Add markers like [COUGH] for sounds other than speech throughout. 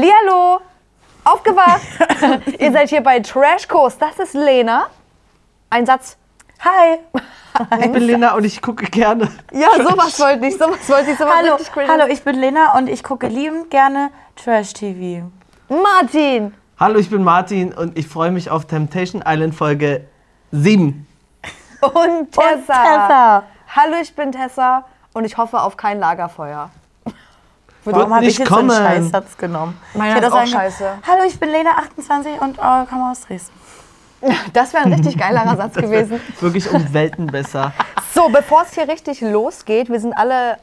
Hallihallo! [LAUGHS] Aufgewacht! Ihr seid hier bei Trash Course. Das ist Lena. Ein Satz. Hi! Ich bin Lena und ich gucke gerne. Ja, sowas wollte ich, sowas wollte ich, sowas Hallo, richtig cringe. hallo, ich bin Lena und ich gucke liebend gerne Trash TV. Martin! Hallo, ich bin Martin und ich freue mich auf Temptation Island Folge 7. Und Tessa. Und Tessa. Hallo, ich bin Tessa und ich hoffe auf kein Lagerfeuer. Wird Warum habe ich nicht jetzt kommen. so einen Scheißsatz genommen? Meiner Ich hätte ist auch sagen können, scheiße. Hallo, ich bin Lena, 28 und äh, komme aus Dresden. Das wäre ein richtig [LAUGHS] geilerer Satz gewesen. Wirklich um Welten besser. So, bevor es hier richtig losgeht, wir sind alle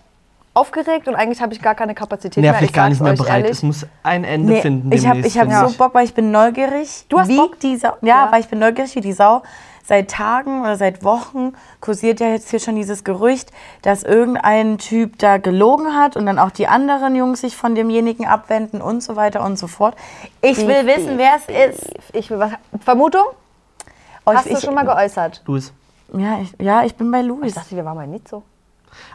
aufgeregt und eigentlich habe ich gar keine Kapazität mehr. Nervlich Ich gar sag's nicht mehr euch bereit. ehrlich. Es muss ein Ende finden. ich habe demnächst, ich hab finde so Bock, weil ich bin neugierig. Du hast wie Bock? Die Sau, ja, Ja. weil ich bin neugierig wie die Sau. Seit Tagen oder seit Wochen kursiert ja jetzt hier schon dieses Gerücht, dass irgendein Typ da gelogen hat und dann auch die anderen Jungs sich von demjenigen abwenden und so weiter und so fort. Ich will wissen, wer es ist. Ich, was, Vermutung? Oh, ich- Hast du ich- schon mal geäußert? Louis. Ja, ich, ja, ich bin bei Louis. Ich dachte, wir waren mal nicht so.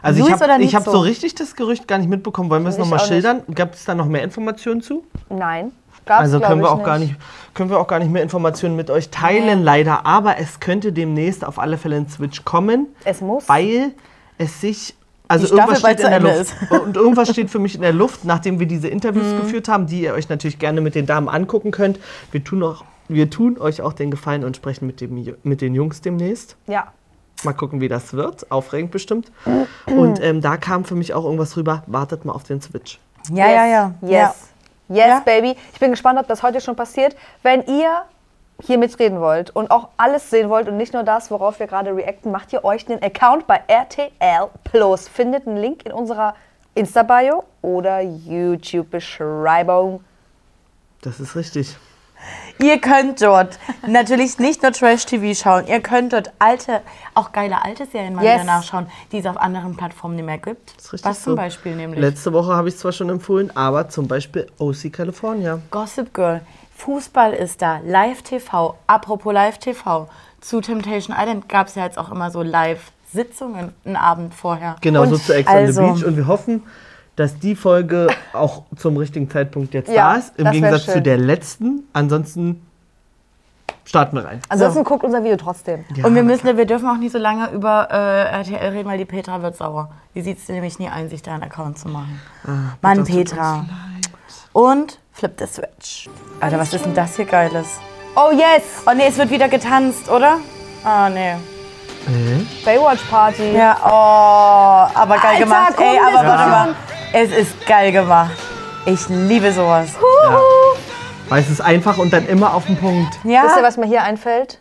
Also Louis ich oder habe ich hab Nizo? so richtig das Gerücht gar nicht mitbekommen. Wollen wir es Ich nochmal auch nicht. schildern? Gab es da noch mehr Informationen zu? Nein. Gab's, also glaub können wir ich, auch gar nicht können wir auch gar nicht mehr Informationen mit euch teilen leider, aber es könnte demnächst auf alle Fälle ein Switch kommen, Es muss. weil es sich also Die Staffel irgendwas steht in der bald zu Luft Ende und irgendwas steht für mich in der Luft, nachdem wir diese Interviews Mhm. geführt haben, die ihr euch natürlich gerne mit den Damen angucken könnt. Wir tun auch wir tun euch auch den Gefallen und sprechen mit, dem, Ju- mit den Jungs demnächst. Ja. Mal gucken, wie das wird. Aufregend bestimmt. Und Mhm. ähm, da kam für mich auch irgendwas rüber. Wartet mal auf den Switch. ja, ja, ja. Yes. ja. Yes, Ja. baby. Ich bin gespannt, ob das heute schon passiert. Wenn ihr hier mitreden wollt und auch alles sehen wollt und nicht nur das, worauf wir gerade reacten, macht ihr euch einen Account bei RTL Plus. Findet einen Link in unserer Insta-Bio oder YouTube-Beschreibung. Das ist richtig. Ihr könnt dort [LAUGHS] natürlich nicht nur Trash-TV schauen, ihr könnt dort alte, auch geile alte Serien mal Yes. wieder nachschauen, die es auf anderen Plattformen nicht mehr gibt. Das ist richtig Was zum so. Beispiel nämlich? Letzte Woche habe ich zwar schon empfohlen, aber zum Beispiel OC California. Gossip Girl, Fußball ist da, Live-TV, apropos Live-TV, zu Temptation Island gab es ja jetzt auch immer so Live-Sitzungen einen Abend vorher. Genau, Und so zu Ex also- on the Beach. Und wir hoffen, dass die Folge auch zum richtigen Zeitpunkt jetzt Ja, da ist. das Im wär Gegensatz zu schön. der letzten. Ansonsten starten wir rein. Ansonsten guckt unser Video trotzdem. Und wir müssen, wir dürfen auch nicht so lange über äh, RTL reden, weil die Petra wird sauer. Die sieht es nämlich nie ein, sich da einen Account zu machen. Ah, Mann, Petra. Und flip the switch. Alter, was ist denn das hier Geiles? Oh yes! Oh nee, es wird wieder getanzt, oder? Oh nee. Baywatch Party. Ja, oh, aber geil Alter, gemacht. komm, Ey, aber das warte ist mal. Es ist geil gemacht. Ich liebe sowas. Weil es ist einfach und dann immer auf den Punkt. Wisst ihr, Ja, was mir hier einfällt?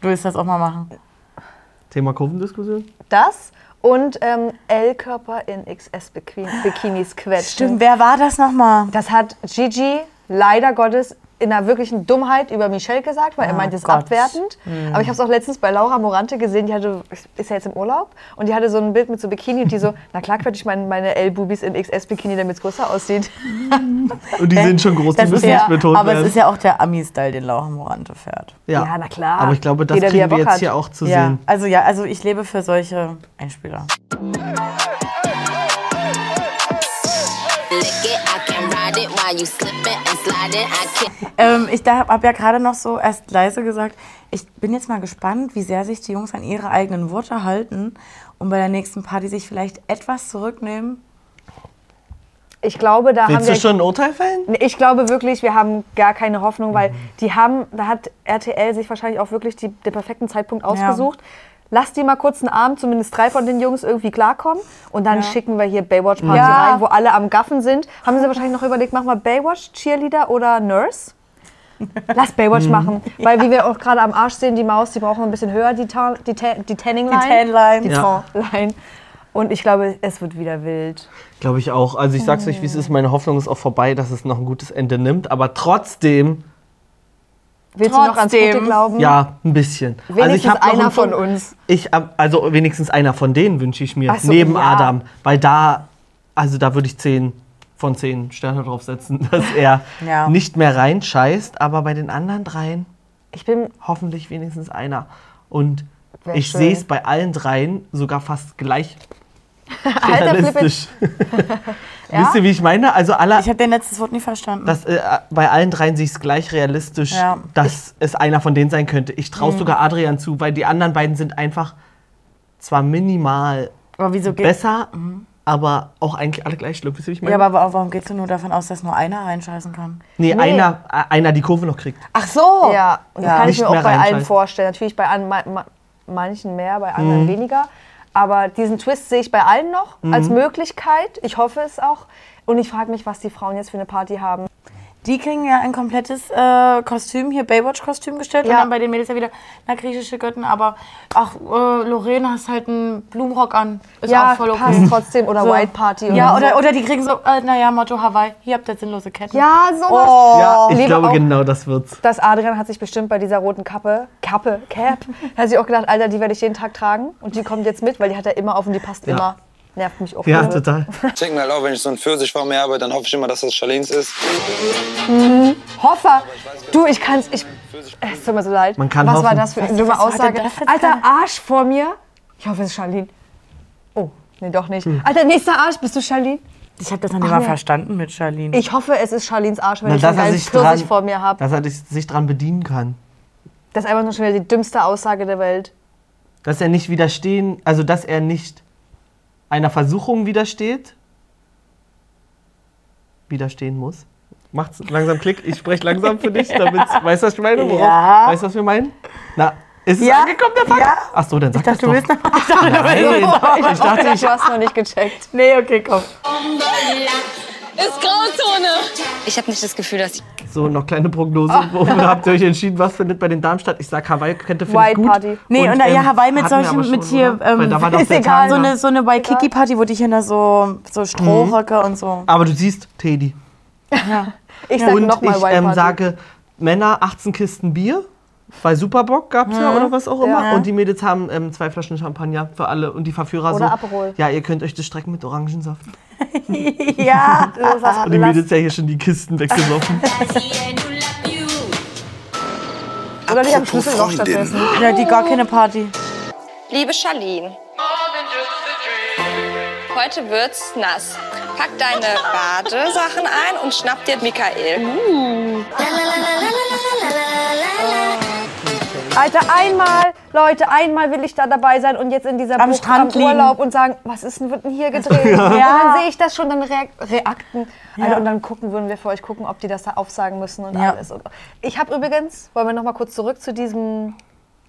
du willst das auch mal machen. Thema Kurvendiskussion. Das und ähm, L-Körper in XS-Bikinis quetschen. Stimmt, wer war das nochmal? Das hat Gigi leider Gottes in einer wirklichen Dummheit über Michelle gesagt, weil er Ah, meinte es Gott. abwertend. Hm. Aber ich habe es auch letztens bei Laura Morante gesehen, die hatte, ist ja jetzt im Urlaub, und die hatte so ein Bild mit so Bikini und die [LAUGHS] so, na klar quetsche ich meine, meine L-Bubis in XS-Bikini, damit es größer aussieht. Und die sind schon groß, die Das ist müssen ja, nicht betont aber werden. es ist ja auch der Ami-Style, den Laura Morante fährt. Ja, na klar. Aber ich glaube, das Jeder, wie er Bock kriegen wir jetzt hat. hier auch zu Ja, sehen. also ja, also ich lebe für solche Einspieler. Lick it, I can ride it while you slipping and sliding. I can Ähm, ich habe ja gerade noch so erst leise gesagt, ich bin jetzt mal gespannt, wie sehr sich die Jungs an ihre eigenen Worte halten und bei der nächsten Party sich vielleicht etwas zurücknehmen. Ich glaube, da haben Willst wir du schon ein Urteil fällen? Nee, Ich glaube wirklich, wir haben gar keine Hoffnung, weil die haben, da hat RTL sich wahrscheinlich auch wirklich die, den perfekten Zeitpunkt ausgesucht. Lass die mal kurz einen Abend, zumindest drei von den Jungs, irgendwie klarkommen. Und dann schicken wir hier Baywatch Party Ja. rein, wo alle am Gaffen sind. Haben sie wahrscheinlich noch überlegt, machen wir Baywatch, Cheerleader oder Nurse? Lass Baywatch Mhm. machen. Weil, wie wir auch gerade am Arsch sehen, die Maus, die brauchen ein bisschen höher, die, Ta die, Ta die Tanning Line. Tanline. Ja. Line. Und ich glaube, es wird wieder wild. Glaube ich auch. Also ich sag's euch, wie es ist. Meine Hoffnung ist auch vorbei, dass es noch ein gutes Ende nimmt. Aber trotzdem Willst du noch ans Gute Trotzdem. glauben? Ja, ein bisschen. Hm? Also Wenigstens hab noch einer einen von Punkt. uns. Ich, hab- also wenigstens einer von denen wünsche ich mir, Ach so, neben ja. Adam. Weil da, also da würde ich 10 von 10 Sterne draufsetzen, [LAUGHS] dass er Ja. nicht mehr reinscheißt. Aber bei den anderen dreien Ich bin hoffentlich wenigstens einer. Und Wär ich schön. sehe es bei allen dreien sogar fast gleich alter Flippe realistisch. Ja? Wisst ihr, wie ich meine? Also alle, Ich habe dein letztes Wort nie verstanden. dass, äh, bei allen dreien sich es gleich realistisch, Ja. dass es einer von denen sein könnte. Ich traue sogar Adrian zu, weil die anderen beiden sind einfach zwar minimal aber wieso geht besser, aber auch eigentlich alle gleich schlimm. Wisst ihr, wie ich meine? Ja, aber wa- warum gehst du nur davon aus, dass nur einer reinscheißen kann? nee, Einer, äh, einer die Kurve noch kriegt. Ach so. Ja, und das Ja. kann ich Nicht mir auch mehr bei allen reinscheißen. vorstellen. Natürlich bei an, ma, ma, manchen mehr, bei anderen Mhm. weniger. Aber diesen Twist sehe ich bei allen noch als Möglichkeit. Ich hoffe es auch. Und ich frage mich, was die Frauen jetzt für eine Party haben. Die kriegen ja ein komplettes äh, Kostüm, hier Baywatch-Kostüm gestellt und Ja. dann bei den Mädels ja wieder, na, griechische Götten, aber ach, äh, Lorena hast halt einen Blumenrock an. Ist auch voll okay. passt trotzdem. Oder White Party. Ja, so. oder, oder die kriegen so, äh, naja, Motto Hawaii, hier habt ihr sinnlose Ketten. Ja, sowas. ja, ich Oh. Liebe glaube, auch- genau das wird's. Das Adrian hat sich bestimmt bei dieser roten Kappe, Kappe, Cap, hat sich auch gedacht, Alter, die werde ich jeden Tag tragen. Und die kommt jetzt mit, weil die hat er immer auf und die passt immer. Nervt mich auch. Ja, irre. total. Check mir halt auch, wenn ich so einen Pfirsich vor mir habe, dann hoffe ich immer, dass das Charlens ist. Hoffer, du, ich kann's, ich, es tut mir so leid. Man kann was war hoffen. das für eine Was- dumme was war denn Aussage? das jetzt Alter, gerade? Arsch vor mir. Ich hoffe, es ist Charlene. Oh, nee, doch nicht. Hm. Alter, nächster Arsch, bist du Charlene? Ich habe das dann immer ja. verstanden mit Charlene. Ich hoffe, es ist Charlins Arsch, wenn Hm. Na, ich schon dass, er einen sich Pfirsich dran, vor mir habe. dass er dich- sich dran bedienen kann. Das ist einfach nur schon wieder die dümmste Aussage der Welt. Dass er nicht widerstehen, also dass er nicht einer Versuchung widersteht, widerstehen muss. Macht's langsam Klick, ich spreche langsam für dich, damit [LAUGHS] weißt du, was ich meine? Worauf? Ja. Weißt du, was wir meinen? Na, ist es Ja. angekommen, der Fakt? Ja. Ach so, dann sag das dachte, du willst doch. [LAUGHS] noch- [LAUGHS] Nein, ich dachte, ich Du hast noch nicht gecheckt. nee, okay, komm. Ist Grauzone. Ich habe nicht das Gefühl, dass So, noch kleine Prognose. [LAUGHS] Wofür habt ihr euch entschieden? Was findet bei den Damen statt? Ich sag, Hawaii könnte finde ich White gut. Party. Nee, und, äh, ähm, ja, Hawaii mit hatten wir solchen, aber schon, mit hier, ähm, oder? Weil da war [LAUGHS] doch ist der egal. Tag, Mhm. so ne? eine, so eine Waikiki-Party, wo die Kinder so, so Strohröcke und [LAUGHS] so. Aber du siehst, Teddy. Ich sag Und nochmal ich White ähm, Party. sage, Männer 18 Kisten Bier. Bei Superbock gab's ja oder was auch immer. Und die Mädels haben ähm, zwei Flaschen Champagner für alle. Und die Verführer Oder so. Aperol. Ja, ihr könnt euch das strecken mit Orangensaft. [LAUGHS] Ja. Das hast du Und die gelassen. Mädels ja hier schon die Kisten weggesoffen. Oder nicht am Schlüsselloch stattdessen. Oder die gar keine Party. Liebe Charlene, heute wird's nass. Pack deine Badesachen ein und schnapp dir Michael. Alter, einmal, Leute, einmal will ich da dabei sein und jetzt in dieser Am Bucht Strand am liegen. Urlaub und sagen, was ist denn, wird denn hier gedreht? Und dann sehe ich das schon, dann Reak Reakten. Alter, und dann gucken, würden wir für euch gucken, ob die das da aufsagen müssen und Ja. alles. Und ich habe übrigens, wollen wir noch mal kurz zurück zu diesem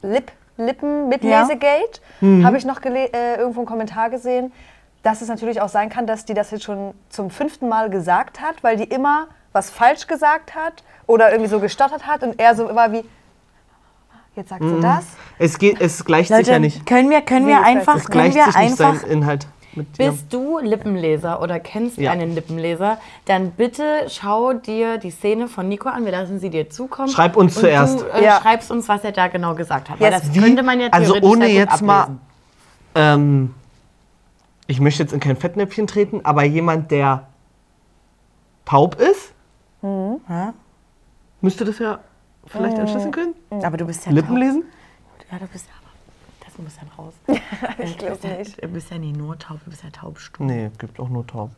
Lip Lippen mit Lesegate, Mhm. habe ich noch gele- äh, irgendwo einen Kommentar gesehen, dass es natürlich auch sein kann, dass die das jetzt schon zum fünften Mal gesagt hat, weil die immer was falsch gesagt hat oder irgendwie so gestottert hat und er so war wie, jetzt sagt Mhm. sie das. es, geht, es gleicht sich ja Leute, nicht. können wir, können wir Nee, einfach, Es können gleicht wir sich nicht sein einfach Inhalt mit dir. Bist du Lippenleser oder kennst Ja. einen Lippenleser, dann bitte schau dir die Szene von Nico an. Wir lassen sie dir zukommen. Schreib uns und zuerst. Du, äh, Ja. Schreibst uns, was er da genau gesagt hat. Weil Yes. das Wie? könnte man ja theoretisch Also ohne sehr gut jetzt mal- ablesen. Ähm, ich möchte jetzt in kein Fettnäpfchen treten, aber jemand, der taub ist, Ja. müsste das ja vielleicht entschlüsseln können. Aber du bist Hm. ja Lippen taub. lesen? Ja, du bist ja aber. Das muss ja raus. ich glaub nicht. Du bist ja nicht nur taub, du bist ja taubstumm. Nee, gibt auch nur taub.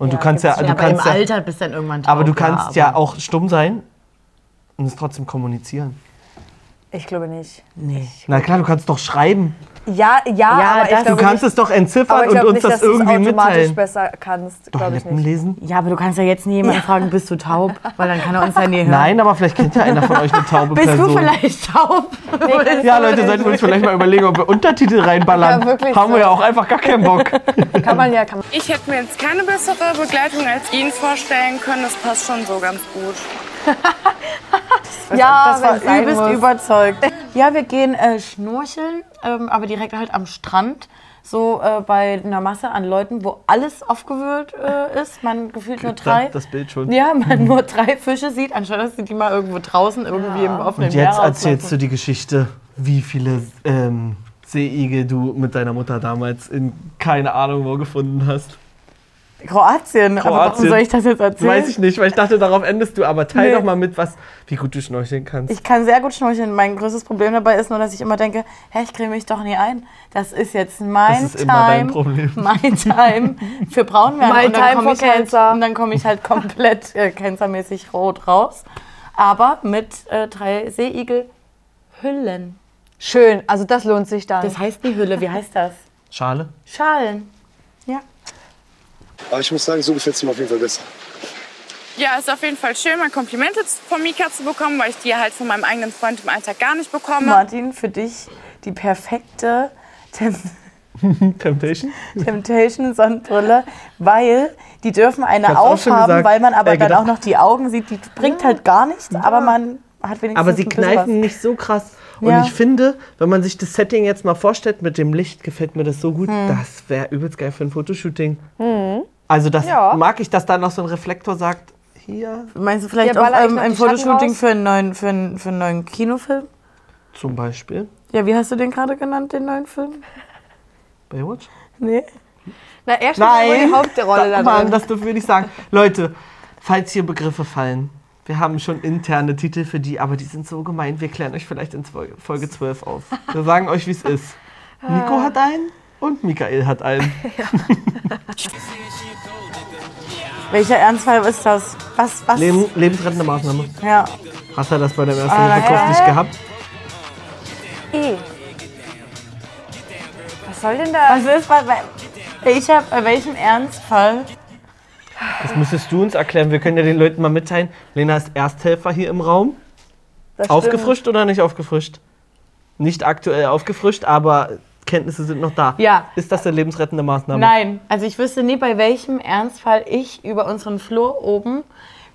Und du kannst ja, Ja, du aber kannst im ja, Alter bist du dann irgendwann taub. aber du kannst ja, aber- auch stumm sein und es trotzdem kommunizieren. Ich glaube nicht. Nee. Na klar, du kannst doch schreiben. Ja, ja, aber ich das- Du glaube kannst nicht, es doch aber entziffern ich und glaube uns nicht, das dass du es irgendwie automatisch mitteilen. besser kannst, Doch, glaube ich Lippen nicht. lesen? Ja, aber du kannst ja jetzt nie jemanden fragen, bist du taub? Weil dann kann er uns ja nie hören. Nein, aber vielleicht kennt ja einer von euch eine [LAUGHS] taube Bist Person. du vielleicht taub? [LAUGHS] Ja, Leute, sollten wir uns vielleicht mal überlegen, ob wir Untertitel reinballern. Ja, wirklich Haben wir so. ja auch einfach gar keinen Bock. Kann man ja, kann man. Ich hätte mir jetzt keine bessere Begleitung als ihn vorstellen können. Das passt schon so ganz [LAUGHS] gut. Ja, Das war Ah, wenn's sein übelst muss. überzeugt. [LAUGHS] Ja, wir gehen äh, schnorcheln, ähm, aber direkt halt am Strand. So äh, bei einer Masse an Leuten, wo alles aufgewühlt äh, ist. Man gefühlt [LAUGHS] nur drei. Das Bild schon. Hm. Ja, man nur drei Fische sieht, anstatt dass sie die mal irgendwo draußen irgendwie im offenen Und jetzt Meer rauslassen. erzählst du die Geschichte, wie viele ähm, Seeigel du mit deiner Mutter damals in keine Ahnung wo gefunden hast. Kroatien. Aber warum Kroatien. soll ich das jetzt erzählen? Weiß ich nicht, weil ich dachte, darauf endest du. Aber teil Nee. doch mal mit, was, wie gut du schnorcheln kannst. Ich kann sehr gut schnorcheln. Mein größtes Problem dabei ist nur, dass ich immer denke, hä, ich creme mich doch nie ein. Das ist jetzt mein Das ist Time. immer [LAUGHS] dein Problem. Mein Time für braun werden. My Und dann time komm for ich halt, Cancer. Und dann komme ich halt komplett äh, cancermäßig rot raus. Aber mit äh, drei Seeigel Hüllen. Schön, also das lohnt sich dann. Das heißt die Hülle, wie heißt das? Schale? Schalen. Aber ich muss sagen, so gefällt es mir auf jeden Fall besser. Ja, ist auf jeden Fall schön, mal Komplimente zu- von Mika zu bekommen, weil ich die halt von meinem eigenen Freund im Alltag gar nicht bekomme. Martin, für dich die perfekte Tem [LAUGHS] Temptation? Temptation Sonnenbrille, weil die dürfen Ich eine hab's auch schon aufhaben, gesagt, weil man aber äh, dann gedacht. auch noch die Augen sieht. Die bringt halt gar nichts, aber man hat wenigstens Aber sie ein bisschen kneifen was. nicht so krass. Und Ja. ich finde, wenn man sich das Setting jetzt mal vorstellt mit dem Licht, gefällt mir das so gut. Hm. Das wäre übelst geil für ein Fotoshooting. Also das Ja. mag ich, dass da noch so ein Reflektor sagt, hier Meinst du vielleicht Ja, baller auch ich ähm, noch ein die Schatten Fotoshooting raus? für einen, neuen, für, einen, für einen neuen Kinofilm? zum Beispiel. Ja, wie hast du den gerade genannt, den neuen Film? Baywatch? Nee. Na, er spielt wohl die Hauptrolle da, Mann, drin. das dürfen wir nicht sagen. Leute, falls hier Begriffe fallen, wir haben schon interne Titel für die, aber die sind so gemein. Wir klären euch vielleicht in Folge Folge 12 auf. Wir sagen euch, wie [LAUGHS] es ist. Nico hat einen und Michael hat einen. Welcher Ernstfall ist das? Was, was? Leben, lebensrettende Maßnahme. Ja. Hast du das bei deinem ersten Ah, Verkauf ja. nicht gehabt? Ih. Was soll denn da? Was ist bei, bei, welcher, bei welchem Ernstfall? Das müsstest du uns erklären. Wir können ja den Leuten mal mitteilen. Lena ist Ersthelfer hier im Raum. Das Aufgefrischt oder nicht aufgefrischt? Nicht aktuell aufgefrischt, aber Kenntnisse sind noch da. Ja. Ist das eine lebensrettende Maßnahme? Nein, also ich wüsste nie, bei welchem Ernstfall ich über unseren Flur oben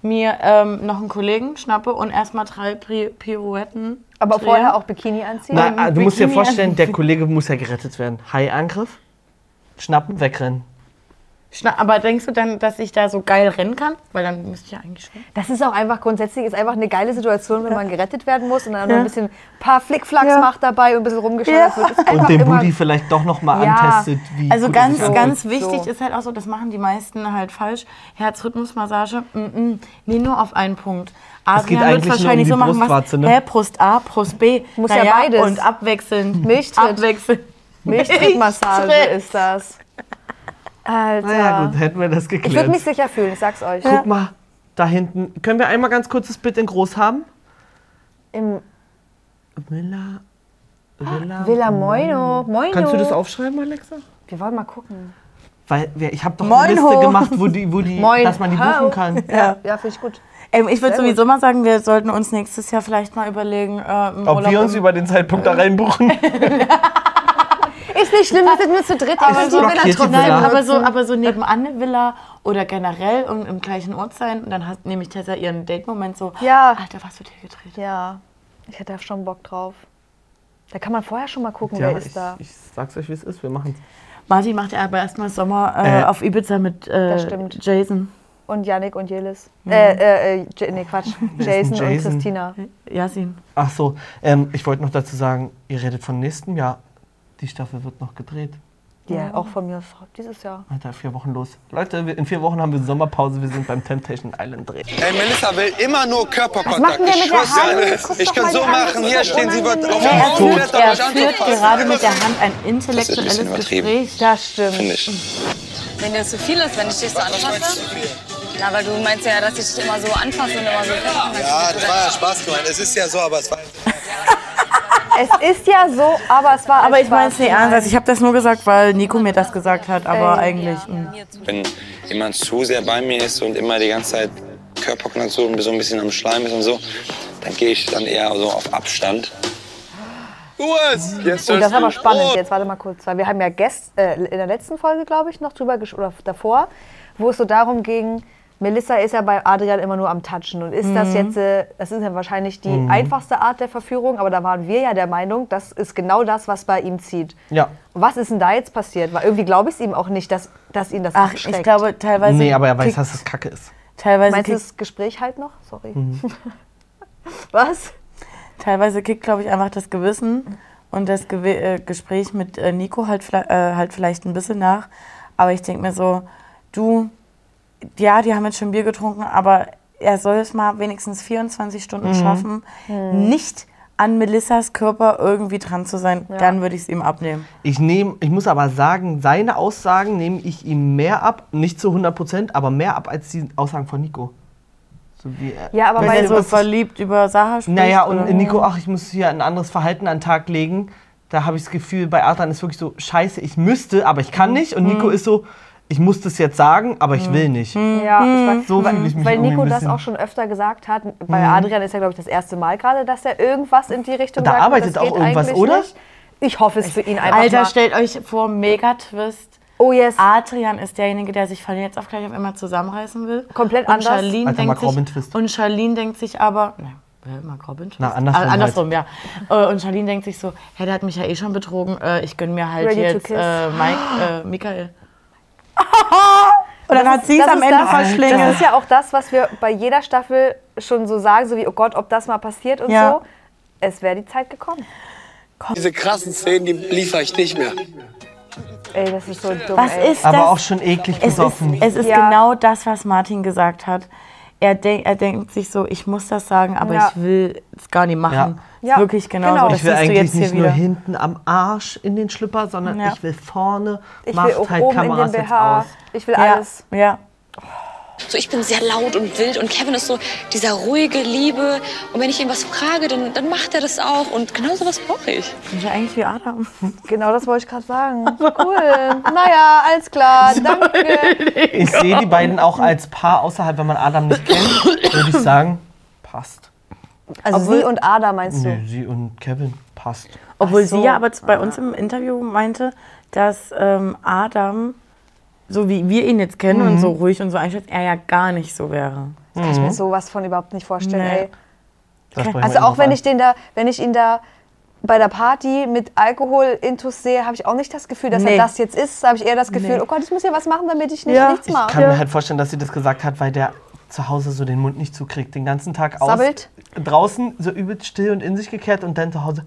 mir ähm, noch einen Kollegen schnappe und erstmal drei Pri Pirouetten. Stimmt. Aber drehe. vorher auch Bikini anziehen. Na, ah, du musst dir Bikini vorstellen, der Kollege muss ja gerettet werden. Hai-Angriff, schnappen, wegrennen. Schna aber denkst du dann, dass ich da so geil rennen kann? Weil dann müsste ich ja eigentlich schon. Das ist auch einfach grundsätzlich ist einfach eine geile Situation, wenn man gerettet werden muss und dann noch ein bisschen ein paar Flickflacks macht dabei und ein bisschen rumgeschleudert wird. Ist Und einfach den immer- Booty vielleicht doch nochmal Ja. antestet. Wie Also gut er ganz, sich anfühlt. ganz wichtig So. ist halt auch so, das machen die meisten halt falsch. Herzrhythmusmassage, mm -mm, nee, nur auf einen Punkt. Adrian geht wird eigentlich nur wahrscheinlich um die so machen, was, Brustwarze, ne? hä, Brust A, Brust B. Muss Na ja beides. Und abwechseln. Milchtritt. Abwechseln. Milchtrittmassage Milchtritt. ist das. Alter. Naja, gut, hätten wir das Ich würde geklärt. mich sicher fühlen, ich sag's euch. Guck mal, da hinten. Können wir einmal ganz kurz das Bild in groß haben? Im Villa. Ah, Villa. Villa Moino. Moino. Kannst du das aufschreiben, Alexa? Wir wollen mal gucken. Weil wer- ich habe doch Moin eine Liste ho. gemacht, wo die, wo die, Moin dass man die ho. buchen kann. Ja, ja finde ich gut. Ähm, ich würde Sehr sowieso mal sagen, wir sollten uns nächstes Jahr vielleicht mal überlegen, äh, im Urlaub im- über den Zeitpunkt da reinbuchen. Ist nicht schlimm, wir sind nur zu dritt. Aber so- blockiert die Nein, Villa. aber so, aber so nebenan eine Villa oder generell und im gleichen Ort sein. Und dann hat nämlich Tessa ihren Date-Moment so, Ja. Alter, was wird hier gedreht? Ja, ich hätte da schon Bock drauf. Da kann man vorher schon mal gucken, Ja, wer ist ich, da. ich sag's euch, wie es ist. Wir machen's. Martin macht ja aber erstmal Sommer äh, Äh. auf Ibiza mit äh, Das stimmt. Jason. Und Yannick und Jelis. Mhm. Äh, äh, äh, J nee, [LAUGHS] Quatsch. Jason, und Jason? Christina. Yasin. Ach so, ähm, ich wollte noch dazu sagen, ihr redet von nächsten Jahr. Die Staffel wird noch gedreht. Ja, auch von mir aus dieses Jahr. Alter, vier Wochen los. Leute, wir, in vier Wochen haben wir Sommerpause. Wir sind beim Temptation Island Dreh. Ey, Melissa will immer nur macht Körperkontakt. denn der Ich mit der schwör's dir, Hand? Alter. Guck doch Ich kann mal so die Hand, machen, das hier ist stehen, sie wird auf unangenehm. dem Er Boden führt, klettern, um er mich führt anzufassen. gerade mit der Hand ein Das ist ein bisschen intellektuelles übertrieben. Gespräch. Das stimmt. Nicht. Wenn dir das zu viel ist, wenn ich dich so anfasse. Na, weil du meinst ja, dass ich dich immer so anfasse und immer so fest. Ja, Ah, das war ja Spaß gemeint. Es ist ja so, aber es war. Es ist ja so, aber es war. Aber als ich meine es Spaß nicht gemeint. ernst. Also ich habe das nur gesagt, weil Nico mir das gesagt hat, aber eigentlich. mm. mh. Wenn jemand zu sehr bei mir ist und immer die ganze Zeit Körperkontakt so so ein bisschen am Schleim ist und so, dann gehe ich dann eher so auf Abstand. Urs! Jetzt Oh, das ist aber spannend jetzt. Warte mal kurz, weil wir haben ja gest, äh, in der letzten Folge, glaube ich, noch drüber gesch- oder davor, wo es so darum ging, Melissa ist ja bei Adrian immer nur am Touchen und ist das jetzt, äh, das ist ja wahrscheinlich die einfachste Art der Verführung, aber da waren wir ja der Meinung, das ist genau das, was bei ihm zieht. Ja. Und was ist denn da jetzt passiert? Weil irgendwie glaube ich es ihm auch nicht, dass, dass ihn das Ach, abschreckt. ich glaube teilweise. Nee, aber er weiß, kriegt- dass es kacke ist. Teilweise Meinst du kriegt, das Gespräch halt noch? Sorry. was? teilweise kickt, glaube ich, einfach das Gewissen und das Gewe äh, Gespräch mit äh, Nico halt, vla- äh, halt vielleicht ein bisschen nach. Aber ich denke mir so, du, ja, die haben jetzt schon Bier getrunken, aber er soll es mal wenigstens 24 Stunden Mhm. schaffen, nicht an Melissas Körper irgendwie dran zu sein, dann würde ich es ihm abnehmen. Ich, nehm, ich muss aber sagen, seine Aussagen nehme ich ihm mehr ab, nicht zu 100 Prozent, aber mehr ab als die Aussagen von Nico. So wie äh, er- Ja, aber Weißt Weil weil er du, so was ich- verliebt über Sarah spricht. also Naja, oder? und Nico, ach, ich muss hier ein anderes Verhalten an den Tag legen. Da habe ich das Gefühl, bei Artan ist wirklich so, scheiße, ich müsste, aber ich Mhm. kann nicht. Und Nico ist so, ich muss das jetzt sagen, aber ich will nicht. Ja, Hm. ich weiß, So fühle ich mich Mhm. weil irgendwie Nico ein das bisschen. Mhm. auch schon öfter gesagt hat. Bei Adrian ist ja, glaube ich, das erste Mal gerade, dass er irgendwas in die Richtung Da sagt. arbeitet das geht auch irgendwas, eigentlich oder? Nicht. Ich hoffe es für ihn einfach Alter, mal. stellt euch vor, Mega-Twist. Oh yes, Adrian ist derjenige, der sich von jetzt auf gleich auf immer zusammenreißen will. Komplett und anders. Charlene Einfach mal denkt sich, Corbin-Twist. und Charlene denkt sich aber, ne, wer immer Corbin Twist? Na, andersrum halt. Ah, andersrum ja. Äh, Und Charlene denkt sich so, hey, der hat mich ja eh schon betrogen, äh, ich gönn mir halt Ready to jetzt kiss. äh, Mike, äh, [LAUGHS] Michael. und dann hat sie es das am ist Ende das- Das verschlingelt. ist ja auch das, was wir bei jeder Staffel schon so sagen, so wie, oh Gott, ob das mal passiert und Ja. so. Es wäre die Zeit gekommen. Diese krassen Szenen, die liefere ich nicht mehr. Ey, das ist so dumm, Was ey. ist das? Aber auch schon eklig Es ist, besoffen. es ist Ja. genau das, was Martin gesagt hat. Er, denk, er denkt sich so, ich muss das sagen, aber Ja. ich will es gar nicht machen. Ja. Ist wirklich genau, Genau. so. Das ich will siehst du eigentlich jetzt nicht hier nur wieder. hinten am Arsch in den Schlüpper, sondern Ja. ich will vorne, Ich will macht auch halt oben Kameras in den jetzt BH. aus. Ich will ja. alles. Ja. So, ich bin sehr laut und wild und Kevin ist so dieser ruhige, liebe. Und wenn ich ihn was frage, dann, dann macht er das auch. Und genau sowas brauche ich. Ist ja eigentlich wie Adam. Genau das wollte ich gerade [LAUGHS] sagen. Cool. Naja, alles [LAUGHS] klar. Danke. [LAUGHS] Ich sehe die beiden auch als Paar außerhalb, wenn man Adam nicht kennt, würde ich sagen, passt. Also sie und Ada meinst du? Nee, sie und Kevin, passt. Obwohl Ach so. Ah. sie ja aber zu- bei uns im Interview meinte, dass ähm, Adam, so wie wir ihn jetzt kennen und so Mhm. ruhig und so einschätzt, er ja gar nicht so wäre. Kann ich mir sowas von überhaupt nicht vorstellen, Nee. ey. Das sprechen wir Also auch irgendwann wenn an. ich den da, wenn ich ihn da bei der Party mit Alkohol intus sehe, habe ich auch nicht das Gefühl, dass Nee. er das jetzt ist. Habe ich eher das Gefühl, oh Gott, ich muss hier was machen, damit ich nicht Ja. nichts Ich mache. kann mir halt vorstellen, dass sie das gesagt hat, weil der zu Hause so den Mund nicht zukriegt, den ganzen Tag aus. Sabbelt. Draußen so übelst still und in sich gekehrt und dann zu Hause.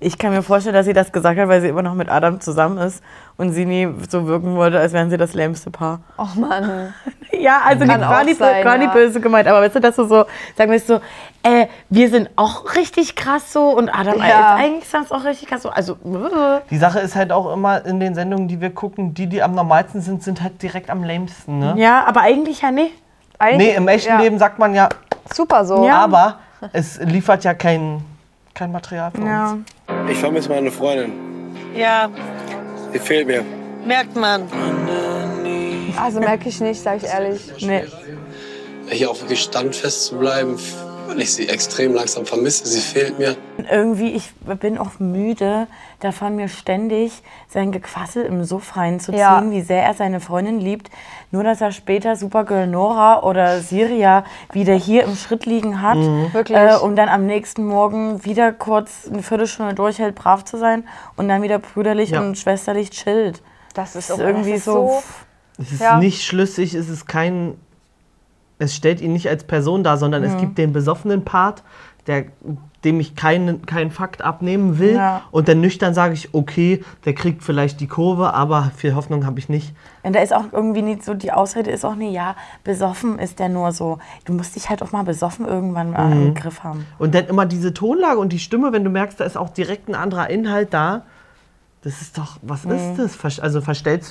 Ich kann mir vorstellen, dass sie das gesagt hat, weil sie immer noch mit Adam zusammen ist und sie nie so wirken wollte, als wären sie das lähmste Paar. Oh Mann. Ja, also nicht, auch gar, nicht, sein, gar nicht ja. böse gemeint, aber weißt du, dass du so, sagen wir es so, äh, wir sind auch richtig krass so und Adam Ja. Ne? ist eigentlich sonst auch richtig krass so. Also, äh. Die Sache ist halt auch immer in den Sendungen, die wir gucken, die, die am normalsten sind, sind halt direkt am lämsten. Ne? ja, aber eigentlich ja nicht. Eigentlich, Nee, im echten ja, Leben sagt man ja, Super so. Ja. aber es liefert ja kein, kein Material für uns. Ich vermisse meine Freundin. Ja, Sie fehlt mir. merkt man. Also merke ich nicht, sage ich ehrlich. Nee. Hier auch wirklich standfest zu bleiben, weil ich sie extrem langsam vermisse. Sie fehlt mir. Irgendwie, ich bin auch müde davon, mir ständig sein Gequassel im Suff reinzuziehen, Ja. wie sehr er seine Freundin liebt. Nur, dass er später Supergirl Nora oder Siria wieder hier im Schritt liegen hat. Mhm. Wirklich. Äh, und dann am nächsten Morgen wieder kurz eine Viertelstunde durchhält, brav zu sein und dann wieder brüderlich Ja. und schwesterlich chillt. Das ist, Das auch, ist irgendwie das ist so. so. Es ist Ja. nicht schlüssig, es ist kein. Es stellt ihn nicht als Person dar, sondern es gibt den besoffenen Part, der, dem ich keinen keinen Fakt abnehmen will. Ja. Und dann nüchtern sage ich, okay, der kriegt vielleicht die Kurve, aber viel Hoffnung habe ich nicht. Und da ist auch irgendwie nicht so, die Ausrede ist auch nie, ja, besoffen ist der nur so. Du musst dich halt auch mal besoffen irgendwann mal im Mhm. Griff haben. Und dann immer diese Tonlage und die Stimme, wenn du merkst, da ist auch direkt ein anderer Inhalt da. Das ist doch, was Mhm. ist das? Versch- Also verstellst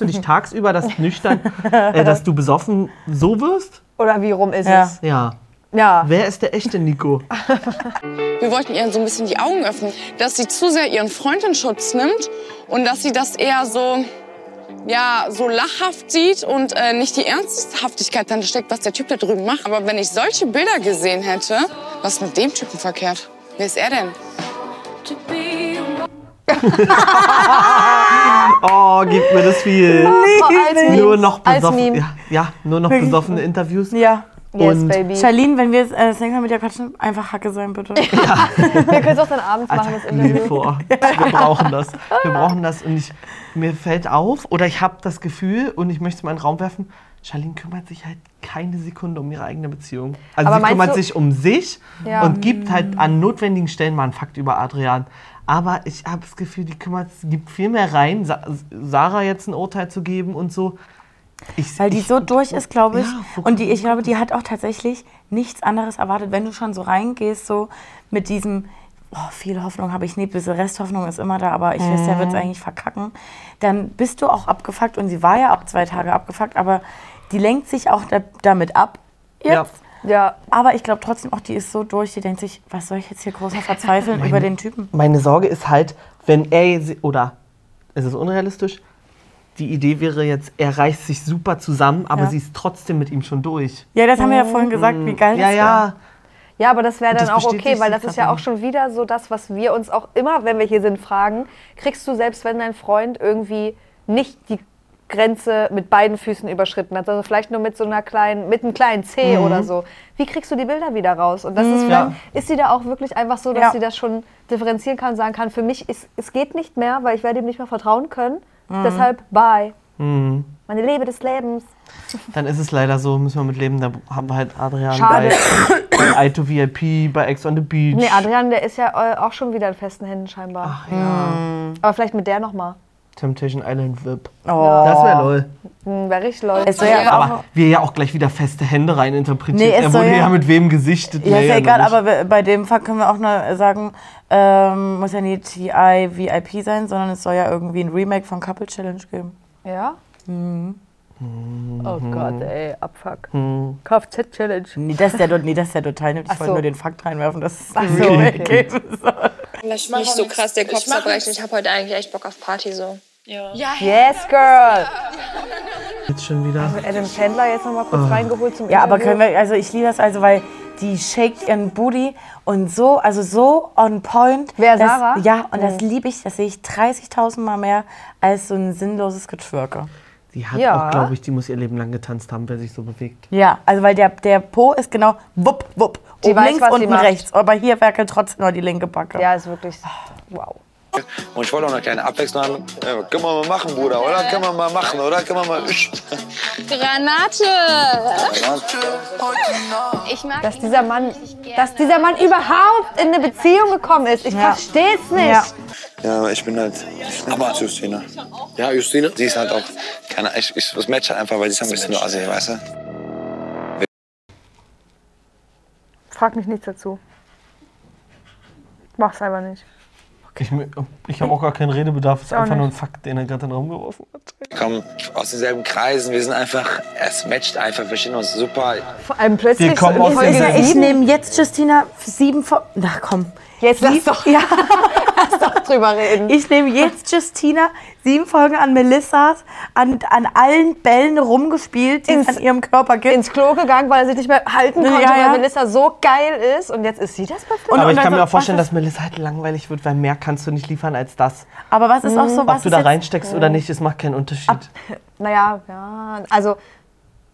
[LAUGHS] du dich tagsüber, dass nüchtern, äh, dass du besoffen so wirst? Oder wie rum ist Ja. es? Ja. [LAUGHS] Ja. Wer ist der echte Nico? Wir wollten ihr so ein bisschen die Augen öffnen, dass sie zu sehr ihren Freund in Schutz nimmt und dass sie das eher so, ja, so lachhaft sieht und äh, nicht die Ernsthaftigkeit dann steckt, was der Typ da drüben macht. Aber wenn ich solche Bilder gesehen hätte, was mit dem Typen verkehrt? Wer ist er denn? Oh, gib mir [LAUGHS] das viel. Oh, als Meme. Nur noch als besoffen. Meme. Ja, ja, nur noch besoffene Interviews. Ja. Yes, Und- Baby. Charlene, wenn wir äh, das nächste Mal mit dir quatschen, einfach Hacke sein, [LAUGHS] bitte. Wir können es auch dann abends machen, das Liebe Interview. [LAUGHS] vor. Wir brauchen das. Wir brauchen das. Und ich, mir fällt auf, oder ich habe das Gefühl, und ich möchte es mal in den Raum werfen, Charlene kümmert sich halt keine Sekunde um ihre eigene Beziehung. Also Aber sie meinst kümmert du- sich um sich Ja. und gibt halt an notwendigen Stellen mal einen Fakt über Adrian. Aber ich habe das Gefühl, die kümmert, gibt viel mehr rein, Sa Sarah jetzt ein Urteil zu geben und so. Ich- Weil die ich- so durch ist, glaube ich. Ja, wo und die, ich glaube, die hat auch tatsächlich nichts anderes erwartet, wenn du schon so reingehst, so mit diesem, oh, viel Hoffnung habe ich nicht, bisschen Resthoffnung ist immer da, aber ich weiß, der wird es eigentlich verkacken. Dann bist du auch abgefuckt und sie war ja ab zwei Tage abgefuckt, aber die lenkt sich auch da, damit ab. Jetzt. Ja. Ja, Aber ich glaube trotzdem auch, die ist so durch, die denkt sich, was soll ich jetzt hier groß noch verzweifeln über den Typen? Meine Sorge ist halt, wenn er, sie- oder es ist unrealistisch, die Idee wäre jetzt, er reißt sich super zusammen, aber Ja. sie ist trotzdem mit ihm schon durch. Ja, das haben wir ja vorhin gesagt, wie geil Ja, das ja. war. Ja, aber das wäre Und dann das auch bestätigt okay, weil sie das ist ja gerade. auch schon wieder so das, was wir uns auch immer, wenn wir hier sind, fragen. Kriegst du, selbst wenn dein Freund irgendwie nicht die Grenze mit beiden Füßen überschritten hat, also vielleicht nur mit so einer kleinen, mit einem kleinen Zeh oder so. Wie kriegst du die Bilder wieder raus? Und das ist vielleicht, Mhm. Ja. ist sie da auch wirklich einfach so, dass Ja. sie das schon differenzieren kann, sagen kann, für mich, ist, es geht nicht mehr, weil ich werde ihm nicht mehr vertrauen können. Mhm. Deshalb, bye. Meine Liebe des Lebens. Dann ist es leider so, müssen wir mit leben. Da haben wir halt Adrian Schade. bei, bei I2 VIP, bei Ex on the Beach. Nee, Adrian, der ist ja äh, auch schon wieder in festen Händen scheinbar. Hm. Ach ja, Aber vielleicht mit der nochmal. Temptation Island VIP. Oh. Das wäre lol. Hm, wäre richtig lol. Es soll ja aber auch Aber wir ja auch gleich wieder feste Hände rein interpretiert. Nee, es er soll wurde ja, ja- mit wem gesichtet. Ja, Nee, ist ja egal, noch nicht. aber wir- bei dem Fall können wir auch nur sagen, ähm, muss ja nicht TI VIP sein, sondern es soll ja irgendwie ein Remake von Couple Challenge geben. Ja? Oh Gott, ey, Abfuck. Kfz-Challenge. Nee, das ist ja, nee, das ist ja total nett. Ich Ach wollte so. nur den Fakt reinwerfen, dass es ein so. Remake geben soll. Nicht so krass der Kopf zerbrechen. Ich habe heute eigentlich echt Bock auf Party so. Yes, girl. Jetzt schon wieder. Adam Chandler jetzt nochmal kurz reingeholt zum Ja, aber Interview. können wir, also ich liebe das also, weil die shakt ihren Booty und so, also so on point. Wer, das, Sarah? Hm. Ja, und das liebe ich, das sehe ich 30.000 Mal mehr als so ein sinnloses Getwirke. Die hat Ja. auch, glaube ich, die muss ihr Leben lang getanzt haben, wer sich so bewegt. Ja, also weil der, der Po ist genau wupp, wupp. Die oben weiß, links, was sie unten macht. rechts. Aber hier werkelt trotzdem nur die linke Backe. Ja, ist wirklich. Wow. Und ich wollte auch eine kleine Abwechslung haben. Ja, können wir mal machen, Bruder, oder? Können wir mal machen, oder? Können wir mal. Granate! Ich mag Dass dieser Mann, dass dieser Mann überhaupt in eine Beziehung gekommen ist. Ich verstehe es nicht. Ja. Ja, ich bin halt. Aber Justine. Ja, Justine? Sie ist halt auch. Keine, ich, ich, das matcht halt einfach, weil sie ist ein bisschen nur assi, weißt du? Frag mich nichts dazu. Mach's einfach nicht. Ich, ich habe auch gar keinen Redebedarf, es ist einfach nur ein Fakt, den er gerade in den Raum geworfen hat. Wir kommen aus denselben Kreisen, wir sind einfach. äh, Es matcht einfach, wir verstehen uns super. Vor allem plötzlich. Wir kommen in aus Folge dem- Ja, ich sieben- nehme jetzt, Justina, sieben von. Na komm. Jetzt lass Sieben- doch- Ja, Lass doch drüber reden. ich nehme jetzt, Justina, sieben Folgen an Melissas, an, an allen Bällen rumgespielt, die Ins- es an ihrem Körper gibt. ins Klo gegangen, weil er sich nicht mehr halten Ja, konnte, ja. weil Melissa so geil ist. Und jetzt ist sie das perfekt. Und- aber ich dann kann so, mir auch was vorstellen, ist- dass Melissa halt langweilig wird, weil mehr kannst du nicht liefern als das. Aber was ist auch so, was Ob du ist da jetzt- Oh. reinsteckst oder nicht, es macht keinen Unterschied. Naja, ja. Also,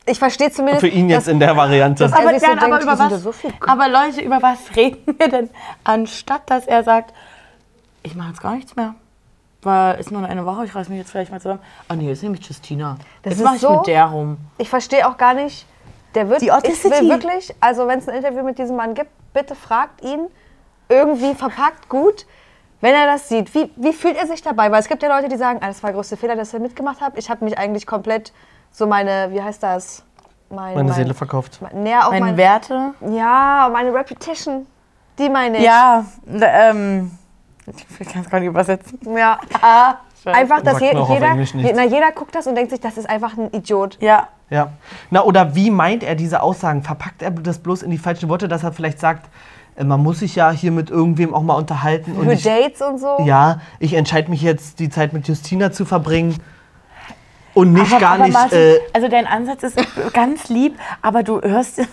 ich verstehe zumindest. Für ihn jetzt in der Variante. dass er aber, sich so nein, aber denkt, über wir sind was? ja so viel- aber Leute, über was [LAUGHS] reden wir denn? Anstatt dass er sagt, ich mache jetzt gar nichts mehr. Weil ist nur noch eine Woche, ich reiß mich jetzt vielleicht mal zusammen. Oh nee, jetzt nehme ich Justina. Das jetzt ist mache ich so- mit der rum. Ich verstehe auch gar nicht. Der wird. Die ich will Audacity. wirklich, also wenn es ein Interview mit diesem Mann gibt, bitte fragt ihn irgendwie verpackt gut, wenn er das sieht. Wie, wie fühlt er sich dabei? Weil es gibt ja Leute, die sagen, ah, das war der größte Fehler, dass ihr mitgemacht habt. Ich habe mich eigentlich komplett so meine, wie heißt das? Mein, Meine mein- Seele verkauft. Mein, nee, auch Meine mein, Werte. ja, meine Reputation. Die meine ich. Ja, n- ähm. Ich kann es gar nicht übersetzen. ja. Ah. Einfach, dass Sagt man je, auch auf jeder, Englisch nichts. na, jeder guckt das und denkt sich, das ist einfach ein Idiot. Ja. Ja. Na, oder wie meint er diese Aussagen? Verpackt er das bloß in die falschen Worte, dass er vielleicht sagt, äh, man muss sich ja hier mit irgendwem auch mal unterhalten und Für ich, Dates und so. ja, ich entscheide mich jetzt, die Zeit mit Justina zu verbringen und nicht Aber- gar aber nicht. Martin, äh, also dein Ansatz ist ganz lieb, aber du hörst. [LAUGHS]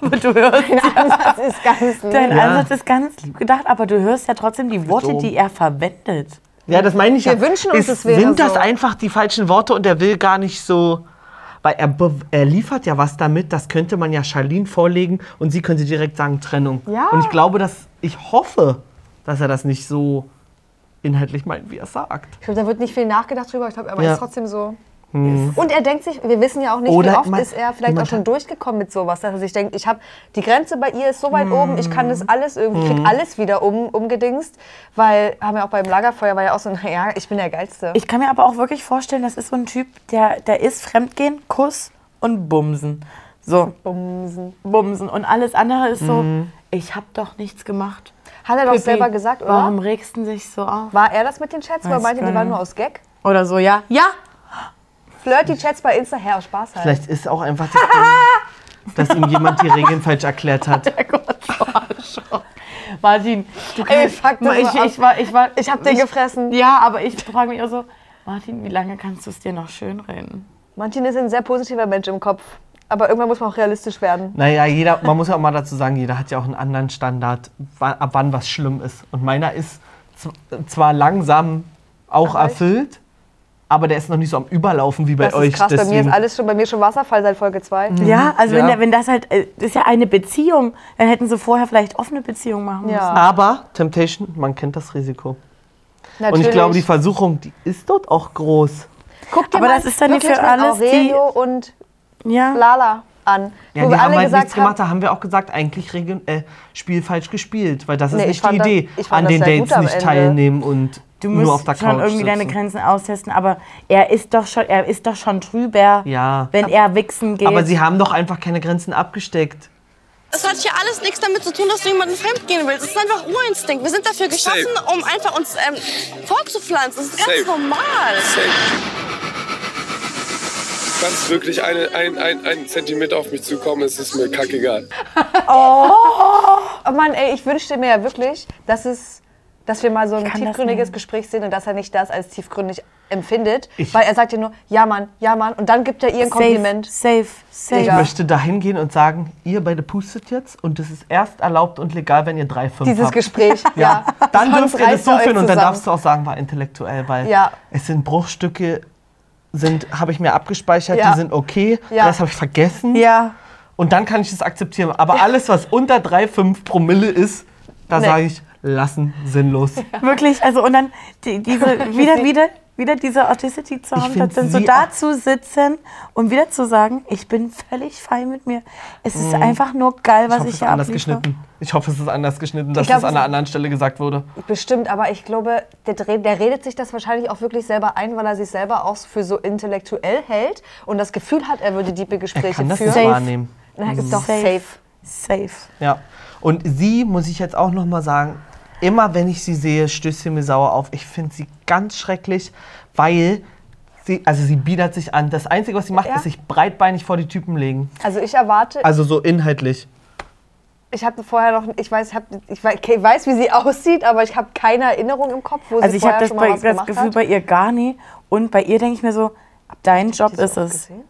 Aber du hörst. Das ist ganz lieb. Dein Ja. Ansatz ist ganz lieb gedacht, aber du hörst ja trotzdem die Worte, dumm. die er verwendet. ja, das meine ich ja. Wir wünschen uns, es es wäre sind das so. einfach die falschen Worte und er will gar nicht so. Weil er, be- er liefert ja was damit, das könnte man ja Charlene vorlegen und sie könnte direkt sagen Trennung. Ja. Und ich glaube, dass ich hoffe, dass er das nicht so inhaltlich meint, wie er es sagt. Ich glaube, da wird nicht viel nachgedacht drüber. Ich glaube, aber Ja. ist trotzdem so. Hm. Und er denkt sich, wir wissen ja auch nicht, wie Oder oft man- ist er vielleicht auch jemand schon hat- durchgekommen mit sowas, dass er sich denkt, ich habe die Grenze bei ihr ist so weit oben, ich kann Hm. das alles irgendwie, ich krieg alles wieder um, umgedingst, weil haben wir auch beim Lagerfeuer war ja auch so, [LAUGHS] naja, ich bin der geilste. Ich kann mir aber auch wirklich vorstellen, das ist so ein Typ, der, der ist Fremdgehen, Kuss und Bumsen. So. Bumsen. Bumsen. Und alles andere ist so, Mhm. ich hab doch nichts gemacht. Hat er doch Pippi, selber gesagt, oder? Warum regst du dich so auf? War er das mit den Chats? Weil Weiß meinte, gar die waren nicht. nur aus Gag. Oder so, ja. Ja! Flirty Chats bei Insta her, aus Spaß halt. Vielleicht ist auch einfach das [LAUGHS] Ding, dass ihm jemand die Regeln falsch erklärt hat. Der Kurzarschloch. Martin, du Ey, fuck das ich, mal ab. ich, war, ich, war, Ich hab den gefressen. Ja, aber ich frage mich auch so, Martin, wie lange kannst du es dir noch schönreden? Martin ist ein sehr positiver Mensch im Kopf. Aber irgendwann muss man auch realistisch werden. Naja, jeder, man muss ja auch mal dazu sagen, jeder hat ja auch einen anderen Standard, wa- ab wann was schlimm ist. Und meiner ist z- zwar langsam auch erfüllt, aber der ist noch nicht so am Überlaufen wie bei Das euch. ist krass, bei mir deswegen- ist alles schon, bei mir schon Wasserfall seit Folge 2. Ja, also Ja. Wenn, der, wenn das halt, äh, das ist ja eine Beziehung, dann hätten sie vorher vielleicht offene Beziehung machen müssen. Ja, aber Temptation, man kennt das Risiko. natürlich. Und ich glaube, die Versuchung, die ist dort auch groß. Guck dir Aber mal das ist dann nicht wirklich für mit alles die- Aurelio und Ja. Lala an. Ja, wo die wir haben alle halt nichts gesagt gemacht, haben, da haben wir auch gesagt, eigentlich Regel, äh, Spiel falsch gespielt, weil das Nee, ist ich nicht die fand das- Idee, ich fand an das den sehr gut Dates am nicht Ende. teilnehmen und Du musst nur auf der schon Couch irgendwie deine sitzen. Grenzen austesten, aber er ist doch schon, er ist doch schon drüber, Ja. wenn er wichsen geht. Aber sie haben doch einfach keine Grenzen abgesteckt. Es hat hier alles nichts damit zu tun, dass du jemanden fremdgehen willst. Es ist einfach Urinstinkt. Wir sind dafür geschaffen, um einfach uns ähm, fortzupflanzen. Das ist ganz Safe. normal. Safe. Du kannst wirklich einen ein, ein, ein Zentimeter auf mich zukommen, es ist mir kackegal. oh Mann, ey, ich wünschte mir ja wirklich, dass es dass wir mal so ein kann das tiefgründiges nicht. Gespräch sehen und dass er nicht das als tiefgründig empfindet, Ich- weil er sagt ja nur, ja Mann, ja Mann und dann gibt er ihr ein Kompliment. Safe, safe, Ich Ja. safe. möchte da hingehen und sagen, ihr beide pustet jetzt und es ist erst erlaubt und legal, wenn ihr drei, fünf Dieses habt. Gespräch, ja. Ja. [LAUGHS] Dann Sonst dürft ihr das reißt so euch führen und dann zusammen. darfst du auch sagen, war intellektuell, weil Ja. es sind Bruchstücke, sind, habe ich mir abgespeichert, Ja. die sind okay, Ja. das habe ich vergessen. Ja. Und dann kann ich das akzeptieren. Aber alles, was unter 3,5 Promille ist, da Nee. sage ich, lassen, sinnlos. Wirklich, also und dann die, [LAUGHS] diese, wieder, wieder, wieder diese Audacity zu haben, find dann so sie da auch- zu sitzen und wieder zu sagen, ich bin völlig fein mit mir. Es ist einfach nur geil, Ich was hoffe, Mhm. ich, es ist hier anders abliefere. geschnitten. Ich hoffe, es ist anders geschnitten, dass glaub, es an es- einer anderen Stelle gesagt wurde. Bestimmt, aber ich glaube, der, Dre- der redet sich das wahrscheinlich auch wirklich selber ein, weil er sich selber auch für so intellektuell hält und das Gefühl hat, er würde diepe Gespräche Er kann das führen. nicht wahrnehmen. Na, ist doch Safe. safe. Safe. Ja. Und sie, muss ich jetzt auch noch mal sagen, immer wenn ich sie sehe, stößt sie mir sauer auf. Ich finde sie ganz schrecklich, weil sie, also sie biedert sich an. Das Einzige, was sie macht, Ja. ist sich breitbeinig vor die Typen legen. Also ich erwarte, Also so inhaltlich. ich habe vorher noch, ich weiß, hab, ich wei- ich weiß, wie sie [LAUGHS] aussieht, aber ich habe keine Erinnerung im Kopf, wo Also sie ich habe vorher das, schon mal bei- was das gemacht Gefühl hat. bei ihr gar nie. Und bei ihr denke ich mir so, dein Job Hast du ist das es. gesehen?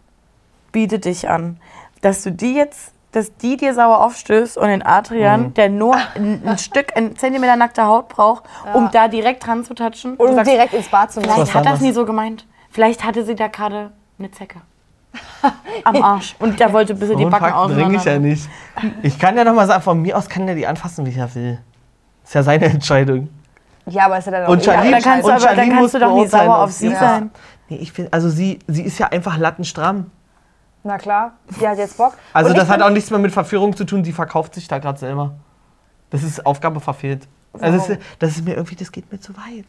biete dich an. Dass du die jetzt, dass die dir sauer aufstößt und den Adrian, der nur ein, ein Stück, ein Zentimeter nackte Haut braucht, um da direkt dran zu touchen. Und du sagst, direkt ins Bad zu Vielleicht machen. Was hat das anderes. nie so gemeint. Vielleicht hatte sie da gerade eine Zecke. [LAUGHS] Am Arsch. Und der wollte ein bisschen die Und Backen Fakten bringe ich ja auseinander. nicht. Ich kann ja noch mal sagen, von mir aus kann er die anfassen, wie er will. Ist ja seine Entscheidung. Ja, aber ist ja dann auch Und ihre Charlene, dann kannst du Entscheidung. und aber- dann Charlene kannst muss du doch nie beurteilen, sauer ob auf sie ja. sein. Nee, ich finde, also sie, sie ist ja einfach lattenstramm. Na klar, die hat jetzt Bock. Also Und ich das hat find- auch nichts mehr mit Verführung zu tun, die verkauft sich da gerade selber. Das ist Aufgabe verfehlt. Also das, das ist mir irgendwie, das geht mir zu weit.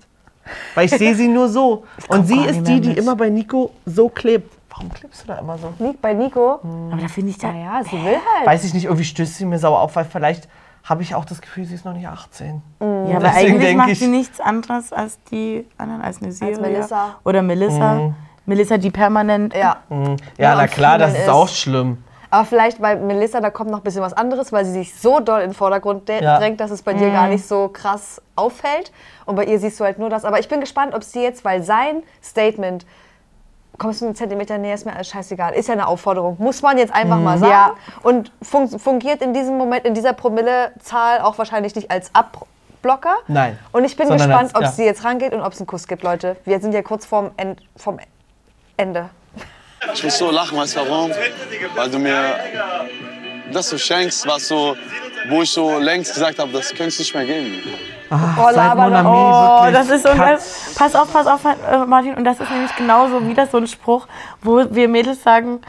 Weil ich sehe sie nur so. [LAUGHS] Und sie gar ist nicht mehr die, die mit. immer bei Nico so klebt. Warum klebst du da immer so? Liegt bei Nico. Aber da finde ich da. Ja, sie will halt. Weiß ich nicht, irgendwie stößt sie mir sauer auf, weil vielleicht habe ich auch das Gefühl, sie ist noch nicht 18. Ja, aber Deswegen eigentlich denk macht ich- sie nichts anderes als die anderen, als eine Syria Melissa. oder Melissa. Mhm. Melissa, die permanent Ja. Ja, am na klar, das Fühlen ist, ist- auch schlimm. Aber vielleicht bei Melissa, da kommt noch ein bisschen was anderes, weil sie sich so doll in den Vordergrund de- Ja. drängt, dass es bei dir gar nicht so krass auffällt. Und bei ihr siehst du halt nur das. Aber ich bin gespannt, ob sie jetzt, weil sein Statement, kommst du einen Zentimeter näher, ist mir alles scheißegal, ist ja eine Aufforderung. Muss man jetzt einfach mal sagen. Ja. Und fun fungiert in diesem Moment, in dieser Promillezahl auch wahrscheinlich nicht als Abblocker. Nein. Und ich bin Sondern gespannt, als- ob ja. sie jetzt rangeht und ob es einen Kuss gibt, Leute. Wir sind ja kurz vorm, End vorm Ende. Ich muss so lachen, weißt du warum? Weil du mir das so schenkst, was so, wo ich so längst gesagt habe, das könnte es nicht mehr geben. Ach, Oh, seit Mon Labrador. Ami Oh, wirklich das ist so ein, Cut. Pass auf, pass auf, äh, Martin. Und das ist nämlich genauso wieder so ein Spruch, wo wir Mädels sagen,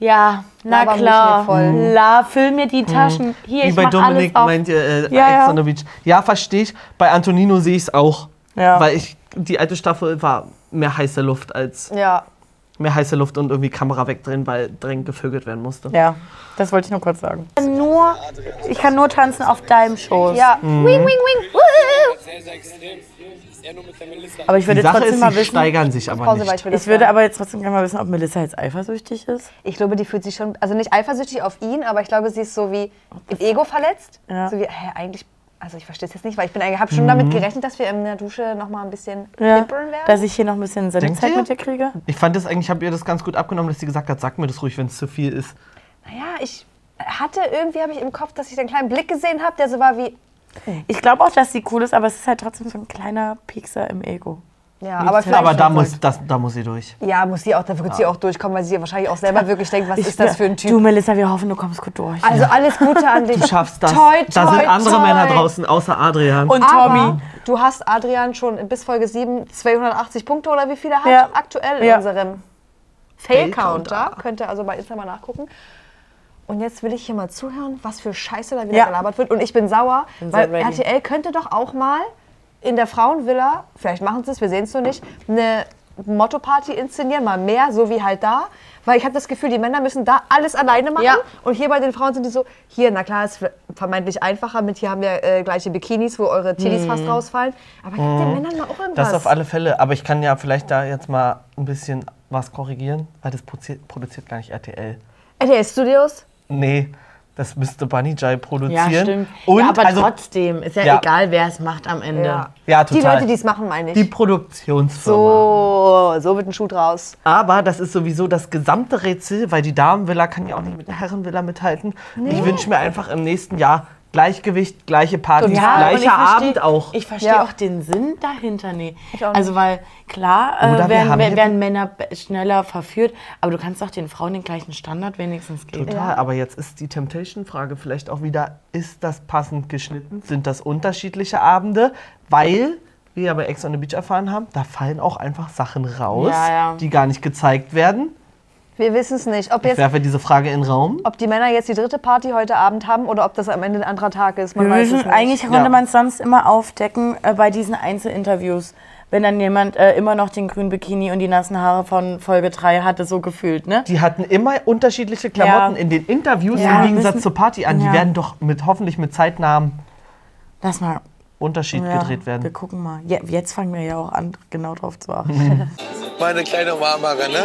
ja, na Laber mich klar, mir voll. la, füll mir die Taschen. Hier, Mhm. Wie ich bei mach Dominik alles auf. meint ihr äh, Ja, ja. ja, ja. ja, verstehe ich. Bei Antonino sehe ich es auch. Ja. Weil ich, die alte Staffel war mehr heiße Luft als Ja, mehr heiße Luft und irgendwie Kamera wegdrehen, weil dringend gevögelt werden musste. Ja, das wollte ich nur kurz sagen. Ich kann nur, ich kann nur tanzen auf deinem Schoß. ja. Wing, wing, wing. Woo. Aber ich würde Die Sache trotzdem ist, mal sie wissen. steigern sich aber Pause, weil ich nicht. will das Ich würde hören. aber jetzt trotzdem gerne mal wissen, ob Melissa jetzt eifersüchtig ist. Ich glaube, die fühlt sich schon, also nicht eifersüchtig auf ihn, aber ich glaube, sie ist so wie im Ego verletzt. Ja. So wie, hä, eigentlich, also ich verstehe es jetzt nicht, weil ich bin eigentlich, habe schon Mhm. damit gerechnet, dass wir in der Dusche nochmal ein bisschen pimpern werden. Dass ich hier noch ein bisschen Sendezeit ihr? mit dir kriege. Ich fand das eigentlich, ich habe ihr das ganz gut abgenommen, dass sie gesagt hat, sag mir das ruhig, wenn es zu viel ist. naja, ich hatte, irgendwie habe ich im Kopf, dass ich den kleinen Blick gesehen habe, der so war wie, Ich glaube auch, dass sie cool ist, aber es ist halt trotzdem so ein kleiner Piekser im Ego. ja, aber vielleicht, Aber da muss, das, da muss sie durch. ja, muss sie auch, da wird sie auch durchkommen, weil sie ja wahrscheinlich auch [LAUGHS] selber wirklich denkt, was Ich- ist das für ein Typ. Du, Melissa, wir hoffen, du kommst gut durch. also alles Gute an dich. Du schaffst das. Toi, toi, da sind andere toi. Männer draußen, außer Adrian. Und Aber Tommy. du hast Adrian schon bis Folge 7 280 Punkte oder wie viele er hat Ja. aktuell in Ja. unserem Fail-Counter. Könnt ihr also bei Instagram mal nachgucken. Und jetzt will ich hier mal zuhören, was für Scheiße da wieder Ja. gelabert wird. Und ich bin sauer, so weil ready. RTL könnte doch auch mal in der Frauenvilla, vielleicht machen sie es, wir sehen es noch nicht, eine Motto-Party inszenieren, mal mehr, so wie halt da. Weil ich habe das Gefühl, die Männer müssen da alles alleine machen. Ja. Und hier bei den Frauen sind die so, hier, na klar, ist vermeintlich einfacher, mit hier haben wir äh, gleiche Bikinis, wo eure Titties Mhm. fast rausfallen. Aber ich den Männern mal auch irgendwas. Das auf alle Fälle. Aber ich kann ja vielleicht da jetzt mal ein bisschen was korrigieren, weil das produziert, produziert gar nicht RTL. RTL Äh, Studios? Nee, das müsste Bunny Jai Ja, produzieren. stimmt. Und ja, aber also, trotzdem, ist ja, Ja. egal, wer es macht am Ende. Ja. Ja, Die total. Leute, die es machen, meine ich. die Produktionsfirma. so, so wird ein Schuh draus. Aber das ist sowieso das gesamte Rätsel, weil die Damenvilla kann ja auch nicht mit der Herrenvilla mithalten. Ich wünsche mir einfach im nächsten Jahr Gleichgewicht, gleiche Partys, Ja, und ich gleicher versteh- Abend auch. Ich verstehe Ja. auch den Sinn dahinter nie. auch nicht. Also weil klar Oder äh, wir werden, haben wer- hier- werden Männer be- schneller verführt, aber du kannst doch den Frauen den gleichen Standard wenigstens geben. Total, aber jetzt ist die Temptation-Frage vielleicht auch wieder, ist das passend geschnitten? Sind das unterschiedliche Abende? Weil wir ja bei Ex on the Beach erfahren haben, da fallen auch einfach Sachen raus, Ja, ja. die gar nicht gezeigt werden. Wir wissen es nicht, ob, Ich jetzt, werfe diese Frage in den Raum. ob die Männer jetzt die dritte Party heute Abend haben oder ob das am Ende ein anderer Tag ist. Man Wir weiß es müssen, nicht. eigentlich konnte Ja. man es sonst immer aufdecken äh, bei diesen Einzelinterviews, wenn dann jemand äh, immer noch den grünen Bikini und die nassen Haare von Folge 3 hatte, so gefühlt, ne? Die hatten immer unterschiedliche Klamotten Ja. in den Interviews Ja, im Gegensatz müssen- zur Party an. Ja. Die werden doch mit, hoffentlich mit Zeitnamen Lass mal Unterschied ja, gedreht Wir werden. gucken mal. Ja, jetzt fangen wir ja auch an, genau drauf zu achten. Meine kleine Barbara, ne?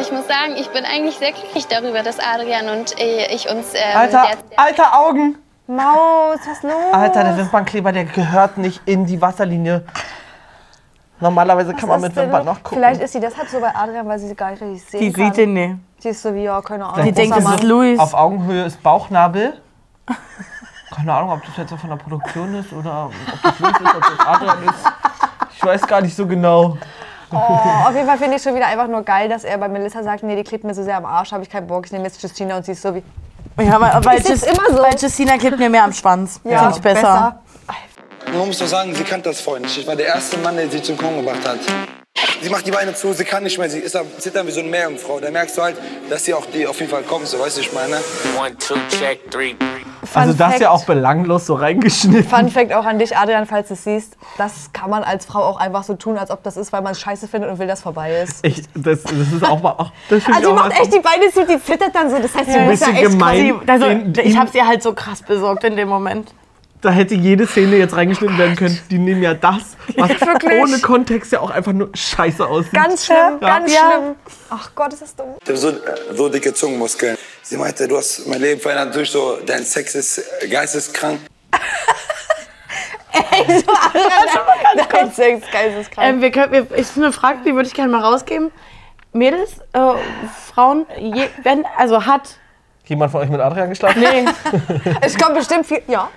Ich muss sagen, ich bin eigentlich sehr glücklich darüber, dass Adrian und äh, ich uns ähm, Alter, sehr- alter Augen! Maus, was ist los? Alter, der Wimpernkleber, der gehört nicht in die Wasserlinie. Normalerweise kann man Was mit ist denn Wimpern los? noch gucken. Vielleicht ist sie deshalb so bei Adrian, weil sie gar nicht richtig sehen Die kann. sieht den nee. Sie ist so wie, ja, keine Ahnung. Die Die denkt, das großer ist Mann. Luis. Auf Augenhöhe ist Bauchnabel. [LAUGHS] Keine Ahnung, ob das jetzt von der Produktion ist oder ob das Luis ist, ob das Adrian ist. Ich weiß gar nicht so genau. Oh, auf jeden Fall finde ich schon wieder einfach nur geil, dass er bei Melissa sagt, nee, die klebt mir so sehr am Arsch, habe ich keinen Bock, ich nehme jetzt Justina und sie ist so wie, Ja, weil, weil, Ist jetzt Just, immer so. weil Justina klebt mir mehr am Schwanz. Ja, Finde ich besser. Man muss doch sagen, sie kannte das vorhin nicht. Ich war der erste Mann, der sie zum Kong gebracht hat. Sie macht die Beine zu, sie kann nicht mehr, sie ist am Zittern wie so eine Meerjungfrau. Da merkst du halt, dass sie auch die auf jeden Fall kommt, so weißt du, ich meine. One, two, check, three. also das Fact. ist ja auch belanglos so reingeschnitten. Fun Fact auch an dich, Adrian, falls du es siehst, das kann man als Frau auch einfach so tun, als ob das ist, weil man es scheiße findet und will, dass vorbei ist. Ich, das, das ist auch mal... Auch, das finde ich Also die auch macht mal- echt die Beine zu, die flittert dann so, das heißt, sie ein muss ja bisschen echt gemein. krass- Sie- Also, Den- ich ihm- habe sie halt so krass besorgt in dem Moment. Da hätte jede Szene jetzt reingeschnitten werden können. Die nehmen ja das, was [LAUGHS] Wirklich. ohne Kontext ja auch einfach nur scheiße aussieht. Ganz schlimm, ganz Ja. schlimm. Ach Gott, ist das dumm. Ich habe so, so dicke Zungenmuskeln. Sie meinte, du hast mein Leben verändert durch so, dein Sex ist äh, [LAUGHS] geisteskrank. Dein Sex, geisteskrank. Ähm, wir können, wir, ist eine Frage, die würde ich gerne mal rausgeben. Mädels, äh, Frauen, je, wenn, also hat, Jemand von euch mit Adrian geschlafen? nee, Es kommt bestimmt viel, ja.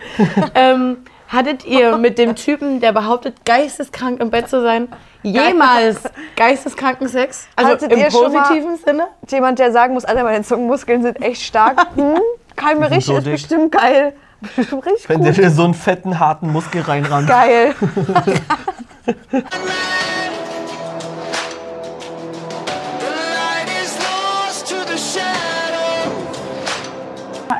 ähm, hattet ihr mit dem Typen, der behauptet, geisteskrank im Bett zu sein, [LAUGHS] jemals geisteskranken Sex? Also Hattet im ihr schon mal- positiven Sinne? [LAUGHS] Jemand, der sagen muss, Alter, meine Zungenmuskeln sind echt stark. Hm? kann mir Die sind richtig, so ist dick. bestimmt geil. Bestimmt richtig Wenn der gut. dir so einen fetten, harten Muskel reinrammt. Geil.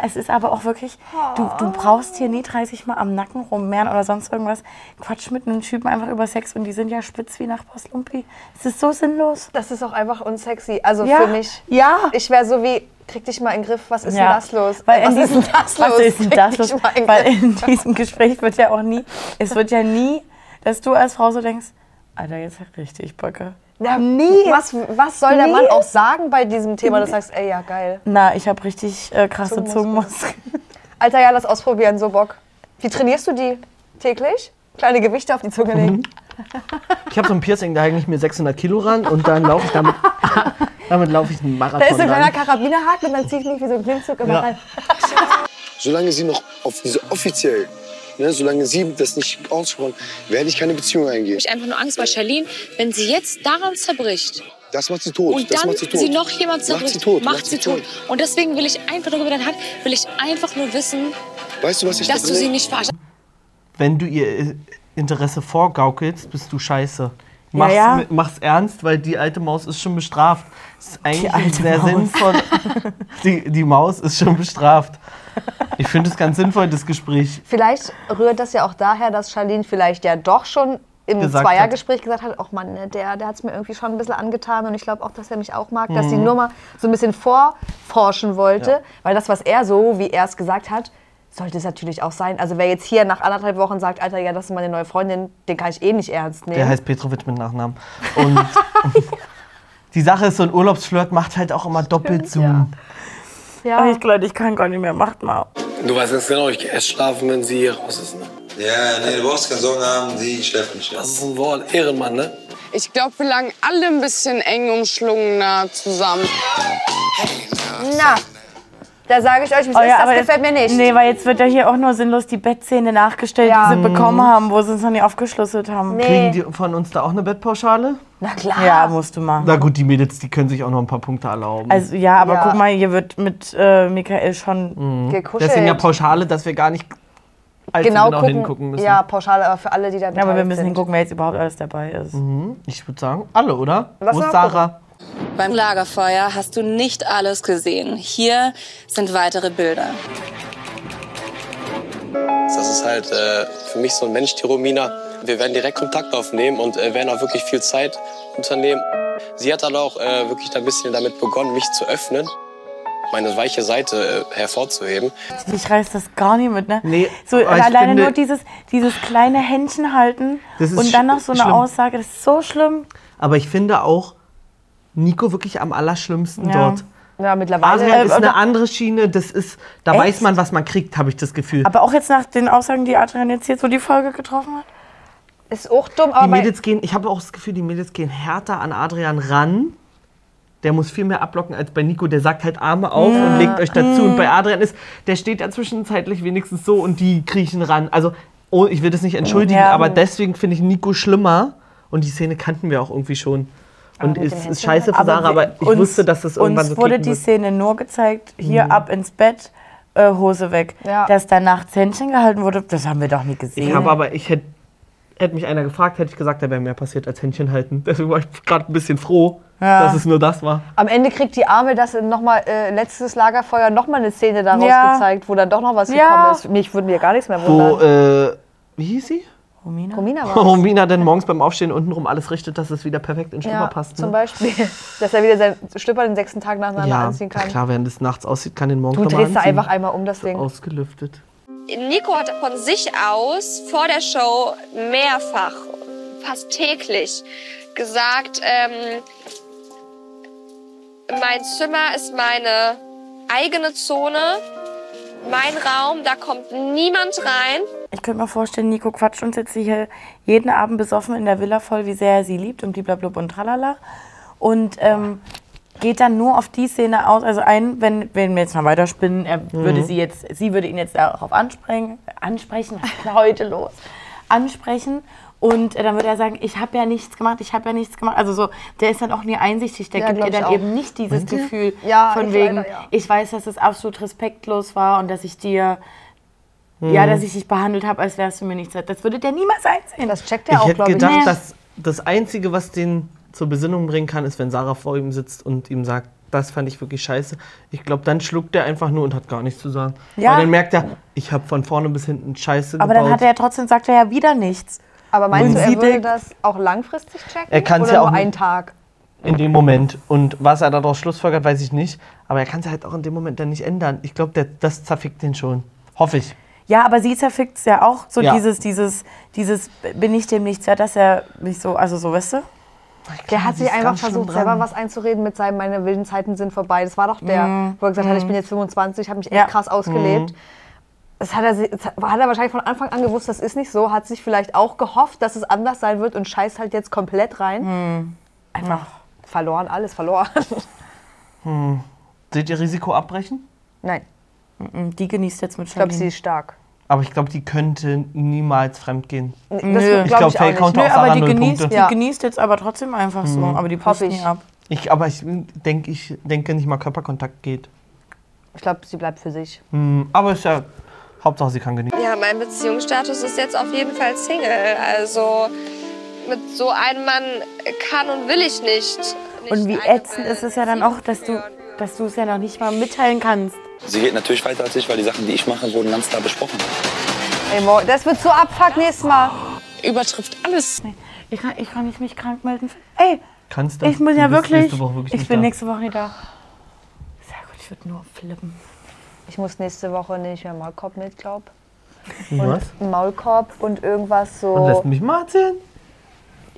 Es ist aber auch wirklich, du, du brauchst hier nie 30 Mal am Nacken rummehren oder sonst irgendwas. Quatsch mit einem Typen einfach über Sex und die sind ja spitz wie nach Lumpi. Es ist so sinnlos. Das ist auch einfach unsexy. Also Ja, für mich. Ja. Ich wäre so wie, krieg dich mal in den Griff, was ist Ja. denn das los? Weil was in ist diesem, denn das los? Was ist denn Krieg das dich los? mal in den Weil Griff. in diesem Gespräch wird ja auch nie, es wird ja nie, dass du als Frau so denkst, Alter, jetzt hat richtig Böcke. Na, nie. Was, was soll der Nie. Mann auch sagen bei diesem Thema? Du sagst, ey, ja, geil. Na, ich habe richtig äh, krasse Zungenmuskeln. Alter, ja, lass ausprobieren, so Bock. Wie trainierst du die? Täglich? Kleine Gewichte auf die Zunge Mhm. legen. Ich habe so ein Piercing, da hänge ich mir 600 Kilo ran und dann laufe ich damit, damit laufe ich einen Marathon Da ist so ein kleiner ran. Karabinerhaken und dann ziehe ich mich wie so ein Klimmzug immer Ja. rein. Solange sie noch auf diese offiziell, ne, solange sie das nicht ausgesprochen, werde ich keine Beziehung eingehen. Ich habe einfach nur Angst bei Charlene, wenn sie jetzt daran zerbricht. Das macht sie tot. und das dann macht sie tot. sie noch jemand macht zerbricht, sie tot. sie tot. Und deswegen will ich einfach darüber dann hat, will ich einfach nur wissen, Weißt du, was ich dass da du sie drin- nicht verarschst. Wenn du ihr äh, Interesse vorgaukelst, bist du scheiße. Ja, Mach's, ja. mit- mach's ernst, weil die alte Maus ist schon bestraft. Das ist eigentlich alte sehr Maus. sinnvoll. Die, die Maus ist schon bestraft. Ich finde es ganz sinnvoll, das Gespräch. Vielleicht rührt das ja auch daher, dass Charlene vielleicht ja doch schon im Gesagt hat. Zweiergespräch gesagt hat, ach Mann, ne, der, der hat es mir irgendwie schon ein bisschen angetan und ich glaube auch, dass er mich auch mag, dass sie Mhm. nur mal so ein bisschen vorforschen wollte, Ja. weil das, was er so, wie er es gesagt hat, sollte es natürlich auch sein. Also wer jetzt hier nach anderthalb Wochen sagt, Alter, ja, das ist meine neue Freundin, den kann ich eh nicht ernst nehmen. Der heißt Petrovic mit Nachnamen. Und [LAUGHS] die Sache ist, so ein Urlaubsflirt macht halt auch immer Doppelzoom. Ja. Ich glaube, ich kann gar nicht mehr. Macht mal. Du weißt ganz genau, ich gehe erst schlafen, wenn sie hier raus ist. Ne? Ja, nee, du brauchst keine Sorgen haben, die schläft nicht. Das ist ein Wort, Ehrenmann, ne? Ich glaube, wir lagen alle ein bisschen eng umschlungener zusammen. Na, da sage ich euch, wie es Oh ist, ja, das aber gefällt mir nicht. Nee, weil jetzt wird ja hier auch nur sinnlos die Bettszene nachgestellt, die sie Mhm. bekommen haben, wo sie es noch nie aufgeschlüsselt haben. Kriegen die von uns da auch eine Bettpauschale? Na klar. Ja, musst du machen. Na gut, die Mädels, die können sich auch noch ein paar Punkte erlauben. Also ja, aber Ja. guck mal, hier wird mit äh, Michael schon Mhm. Deswegen ja Pauschale, dass wir gar nicht allzu genau, hingucken müssen. Ja, pauschal, aber für alle, die da Ja, aber wir beteiligt müssen sind. hingucken, wer jetzt überhaupt alles dabei ist. Mhm. Ich würde sagen, alle, oder? Lass Wo ist mal Sarah? Beim Lagerfeuer hast du nicht alles gesehen. Hier sind weitere Bilder. Das ist halt äh, für mich so ein Mensch, die Romina. Wir werden direkt Kontakt aufnehmen und äh, werden auch wirklich viel Zeit unternehmen. Sie hat dann auch äh, wirklich da ein bisschen damit begonnen, mich zu öffnen, meine weiche Seite äh, hervorzuheben. Ich reiß das gar nicht mit, ne? Nee, so aber ich alleine finde- nur dieses, dieses kleine Händchen halten Das ist und dann noch so eine schlimm. Aussage, das ist so schlimm. Aber ich finde auch Nico wirklich am allerschlimmsten Ja. dort. Ja, mittlerweile. Adrian ist Äh, eine oder- andere Schiene, das ist, da Echt? weiß man, was man kriegt, habe ich das Gefühl. Aber auch jetzt nach den Aussagen, die Adrian jetzt hier so die Folge getroffen hat. Ist auch dumm, Ah. die Mädels gehen, ich habe auch das Gefühl, die Mädels gehen härter an Adrian ran. Der muss viel mehr abblocken als bei Nico. Der sagt halt Arme auf Ja. und legt euch dazu. Mhm. Und bei Adrian ist, der steht ja zwischenzeitlich wenigstens so und die kriechen ran. Also, oh, ich will das nicht entschuldigen, Ja. aber deswegen finde ich Nico schlimmer. Und die Szene kannten wir auch irgendwie schon. Und mit dem es ist Händchen scheiße für halt. Sarah, Aber wir- aber ich uns- wusste, dass das irgendwann Uns so wurde kicken die wird. Szene nur gezeigt, hier Mhm. ab ins Bett, äh, Hose weg. Ja. Dass danach das Händchen gehalten wurde, das haben wir doch nie gesehen. Ich habe aber, ich hätte hätte mich einer gefragt, hätte ich gesagt, da wäre mehr passiert als Händchen halten. [LAUGHS] Deswegen war ich gerade ein bisschen froh, Ja. dass es nur das war. Am Ende kriegt die Arme das nochmal, äh, letztes Lagerfeuer, nochmal eine Szene daraus Ja. gezeigt, wo dann doch noch was Ja. gekommen ist. Mich würde mir gar nichts mehr Wo, wundern. äh, wie hieß [LAUGHS] sie? Romina? Romina [LAUGHS] war es. Romina denn morgens beim Aufstehen untenrum alles richtet, dass es wieder perfekt in den Schlummer Ja, passt. zum Ne? Beispiel, [LAUGHS] dass er wieder seinen Schlüpper den sechsten Tag nacheinander Ja, anziehen kann. klar, während es nachts aussieht, kann den morgens Du nochmal drehst da anziehen. einfach einmal um das Ding. Ausgelüftet. Nico hat von sich aus vor der Show mehrfach, fast täglich, gesagt, ähm, mein Zimmer ist meine eigene Zone, mein Raum, da kommt niemand rein. Ich könnte mir vorstellen, Nico quatscht uns jetzt hier jeden Abend besoffen in der Villa voll, wie sehr er sie liebt und bliblablub und tralala. Und ähm, geht dann nur auf die Szene aus, also ein, wenn, wenn wir jetzt mal weiterspinnen, er würde Mhm. sie jetzt, sie würde ihn jetzt darauf ansprechen, ansprechen, was ist denn heute los? Ansprechen Und äh, dann würde er sagen, ich habe ja nichts gemacht, ich habe ja nichts gemacht. Also so, der ist dann auch nie einsichtig, der Ja, gibt glaub ihr ich dann auch. eben nicht dieses Meint ihr? Gefühl Ja, von ich wegen, leider, ja. ich weiß, dass es absolut respektlos war und dass ich dir, ja, Mhm. dass ich dich behandelt habe, als wärst du mir nichts wert. Das würde der niemals einsehen. Das checkt ich hätte gedacht, dass das Einzige, was den zur Besinnung bringen kann, ist, wenn Sarah vor ihm sitzt und ihm sagt, das fand ich wirklich scheiße. Ich glaube, dann schluckt er einfach nur und hat gar nichts zu sagen. Ja. Ja. Weil dann merkt er, ich habe von vorne bis hinten Scheiße Aber gebaut. dann hat er ja trotzdem, sagt er ja wieder nichts. Aber meinst Und du, er sie würde denkt- das auch langfristig checken? Er kann's Oder ja nur auch einen nicht. Tag? in dem Moment. Und was er daraus schlussfolgert, weiß ich nicht. Aber er kann es halt auch in dem Moment dann nicht ändern. Ich glaube, das zerfickt den schon. Hoffe ich. Ja, aber sie zerfickt es ja auch. So Ja. dieses, dieses, dieses, bin ich dem nichts wert, dass er mich so, also so, weißt du? Der hat sie sich ist einfach ganz schlimm versucht, dran. selber was einzureden mit seinem, meine wilden Zeiten sind vorbei. Das war doch der, Mm. wo er gesagt hat, ich Mm. bin jetzt 25, habe mich echt Ja. krass ausgelebt. Mm. Das hat, er, si- das hat er wahrscheinlich von Anfang an gewusst, das ist nicht so. Hat sich vielleicht auch gehofft, dass es anders sein wird und scheißt halt jetzt komplett rein. Einfach verloren, alles verloren. [LAUGHS] Hm. Seht ihr Risiko abbrechen? Nein. Die genießt jetzt mit Ich glaube, sie ist stark. Aber ich glaube, die könnte niemals fremdgehen. das glaub ich glaube, ich auch Faye nicht. Counter Nö, auf aber Sarah die null genießt- Punkte. Ja. Die genießt jetzt aber trotzdem einfach so, Mhm. aber die Hoffe passt ich. nie ab. Ich, aber ich denke ich denke nicht mal Körperkontakt geht. Ich glaube, sie bleibt für sich. Hm, aber ist ja Hauptsache sie kann genießen. Ja, mein Beziehungsstatus ist jetzt auf jeden Fall Single. Also mit so einem Mann kann und will ich nicht. Und wie ätzend ist es ja dann auch, dass du dass du es ja noch nicht mal mitteilen kannst. Sie geht natürlich weiter als ich, weil die Sachen, die ich mache, wurden ganz klar besprochen. Ey, Mo, das wird so abfuck nächstes Mal. Übertrifft alles. Ich kann, ich kann mich nicht krank melden. Ey, Kannst du? ich muss Du ja bist wirklich, nächste Woche wirklich ich nicht bin da. nächste Woche nicht da. Sehr gut, ich würde nur flippen. Ich muss nächste Woche nicht mehr Maulkorb mit, glaub. Wie, Was? Einen Maulkorb und irgendwas so. Und lässt mich mal erzählen?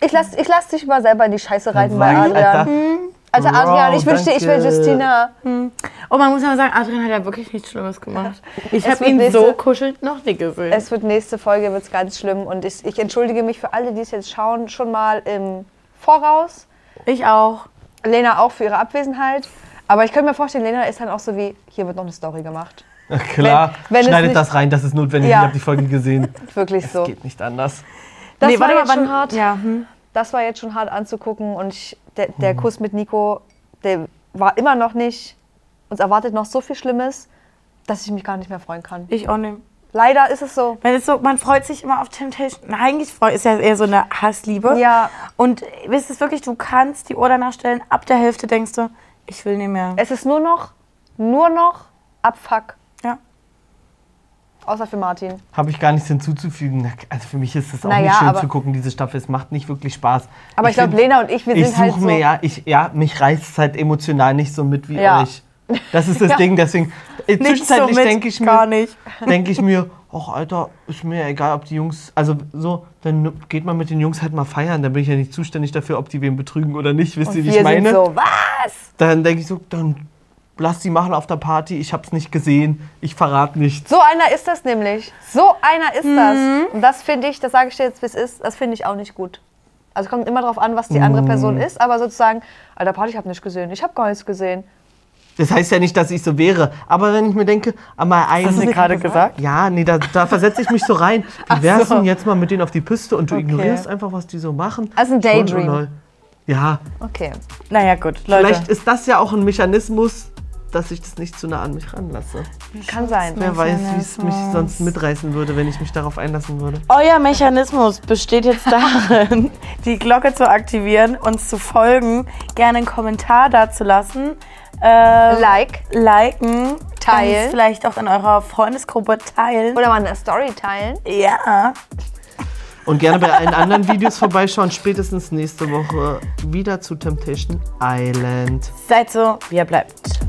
Ich lass, ich lass dich mal selber in die Scheiße reiten bei Nein, Adrian. Alter. Hm. Alter, Adrian, ich wünschte, ich wäre Justina. Und Oh, man muss aber sagen, Adrian hat ja wirklich nichts Schlimmes gemacht. Ich Es habe wird ihn nächste- so kuschelnd noch nie gesehen. Es wird nächste Folge wird's ganz schlimm und ich, ich entschuldige mich für alle, die es jetzt schauen, schon mal im Voraus. Ich auch. Lena auch für ihre Abwesenheit. Aber ich könnte mir vorstellen, Lena ist dann auch so wie, hier wird noch eine Story gemacht. Na Klar, Wenn- wenn es schneidet nicht- das rein, das ist notwendig. Ja. Ich habe die [LAUGHS] Folgen gesehen. Wirklich so. Geht nicht anders. Das Nee, war warte mal, jetzt schon wann- hart. ja, hm. Das war jetzt schon hart anzugucken und ich, der, Mhm. der Kuss mit Nico, der war immer noch nicht. Uns erwartet noch so viel Schlimmes, dass ich mich gar nicht mehr freuen kann. Ich auch nicht. Leider ist es so. Weil es so, man freut sich immer auf Temptation. Na, Eigentlich freu- ist ja eher so eine Hassliebe. Ja. Und wisst es wirklich, du kannst die Uhr danach stellen, ab der Hälfte denkst du, ich will nicht mehr. Es ist nur noch, nur noch Abfuck. Ja. Außer für Martin. Habe ich gar nichts hinzuzufügen. Na, Also für mich ist es auch Naja, nicht schön aber- zu gucken, diese Staffel. Es macht nicht wirklich Spaß. Aber ich glaub, find- Lena und ich, wir ich sind halt suche Mir so- ja, ich, ja, mich reißt es halt emotional nicht so mit wie Ja. euch. Das ist das [LAUGHS] Ja. Ding. Deswegen, äh, Nicht zwischenzeitlich so mit, denke ich mir, gar nicht. denke [LAUGHS] ich mir, ach Alter, ist mir ja egal, ob die Jungs, also so, dann geht man mit den Jungs halt mal feiern. Dann bin ich ja nicht zuständig dafür, ob die wen betrügen oder nicht. Wisst Und ihr, wie wir ich meine? sind so, was? Dann denke ich so, dann lass die machen auf der Party. Ich habe es nicht gesehen. Ich verrate nichts. So einer ist das nämlich. So einer Mhm. ist das. Und das finde ich, das sage ich dir jetzt, wie es ist, das finde ich auch nicht gut. Also kommt immer darauf an, was die andere Mhm. Person ist, aber sozusagen, Alter Party, ich habe nicht gesehen, ich habe gar nichts gesehen. Das heißt ja nicht, dass ich so wäre. Aber wenn ich mir denke, an meine eigene. du nicht gerade gesagt? Ja, nee, da, da versetze ich mich so rein. [LAUGHS] Ach Wie wär's so. denn jetzt mal mit denen auf die Piste und du ignorierst einfach, was die so machen? Also ein Schon Daydream. so neu. Ja, Okay. Naja, gut, Leute. vielleicht ist das ja auch ein Mechanismus, dass ich das nicht zu nah an mich ranlasse. Kann sein. Wer weiß, wie es mich sonst mitreißen würde, wenn ich mich darauf einlassen würde. Euer Mechanismus besteht jetzt darin, [LAUGHS] die Glocke zu aktivieren, uns zu folgen, gerne einen Kommentar dazulassen. Ähm, Äh, Like. Liken. Teilen. Uns vielleicht auch in eurer Freundesgruppe teilen. Oder mal eine Story teilen. Ja. Und gerne bei allen anderen Videos vorbeischauen, spätestens nächste Woche wieder zu Temptation Island. Seid so, wie ihr bleibt.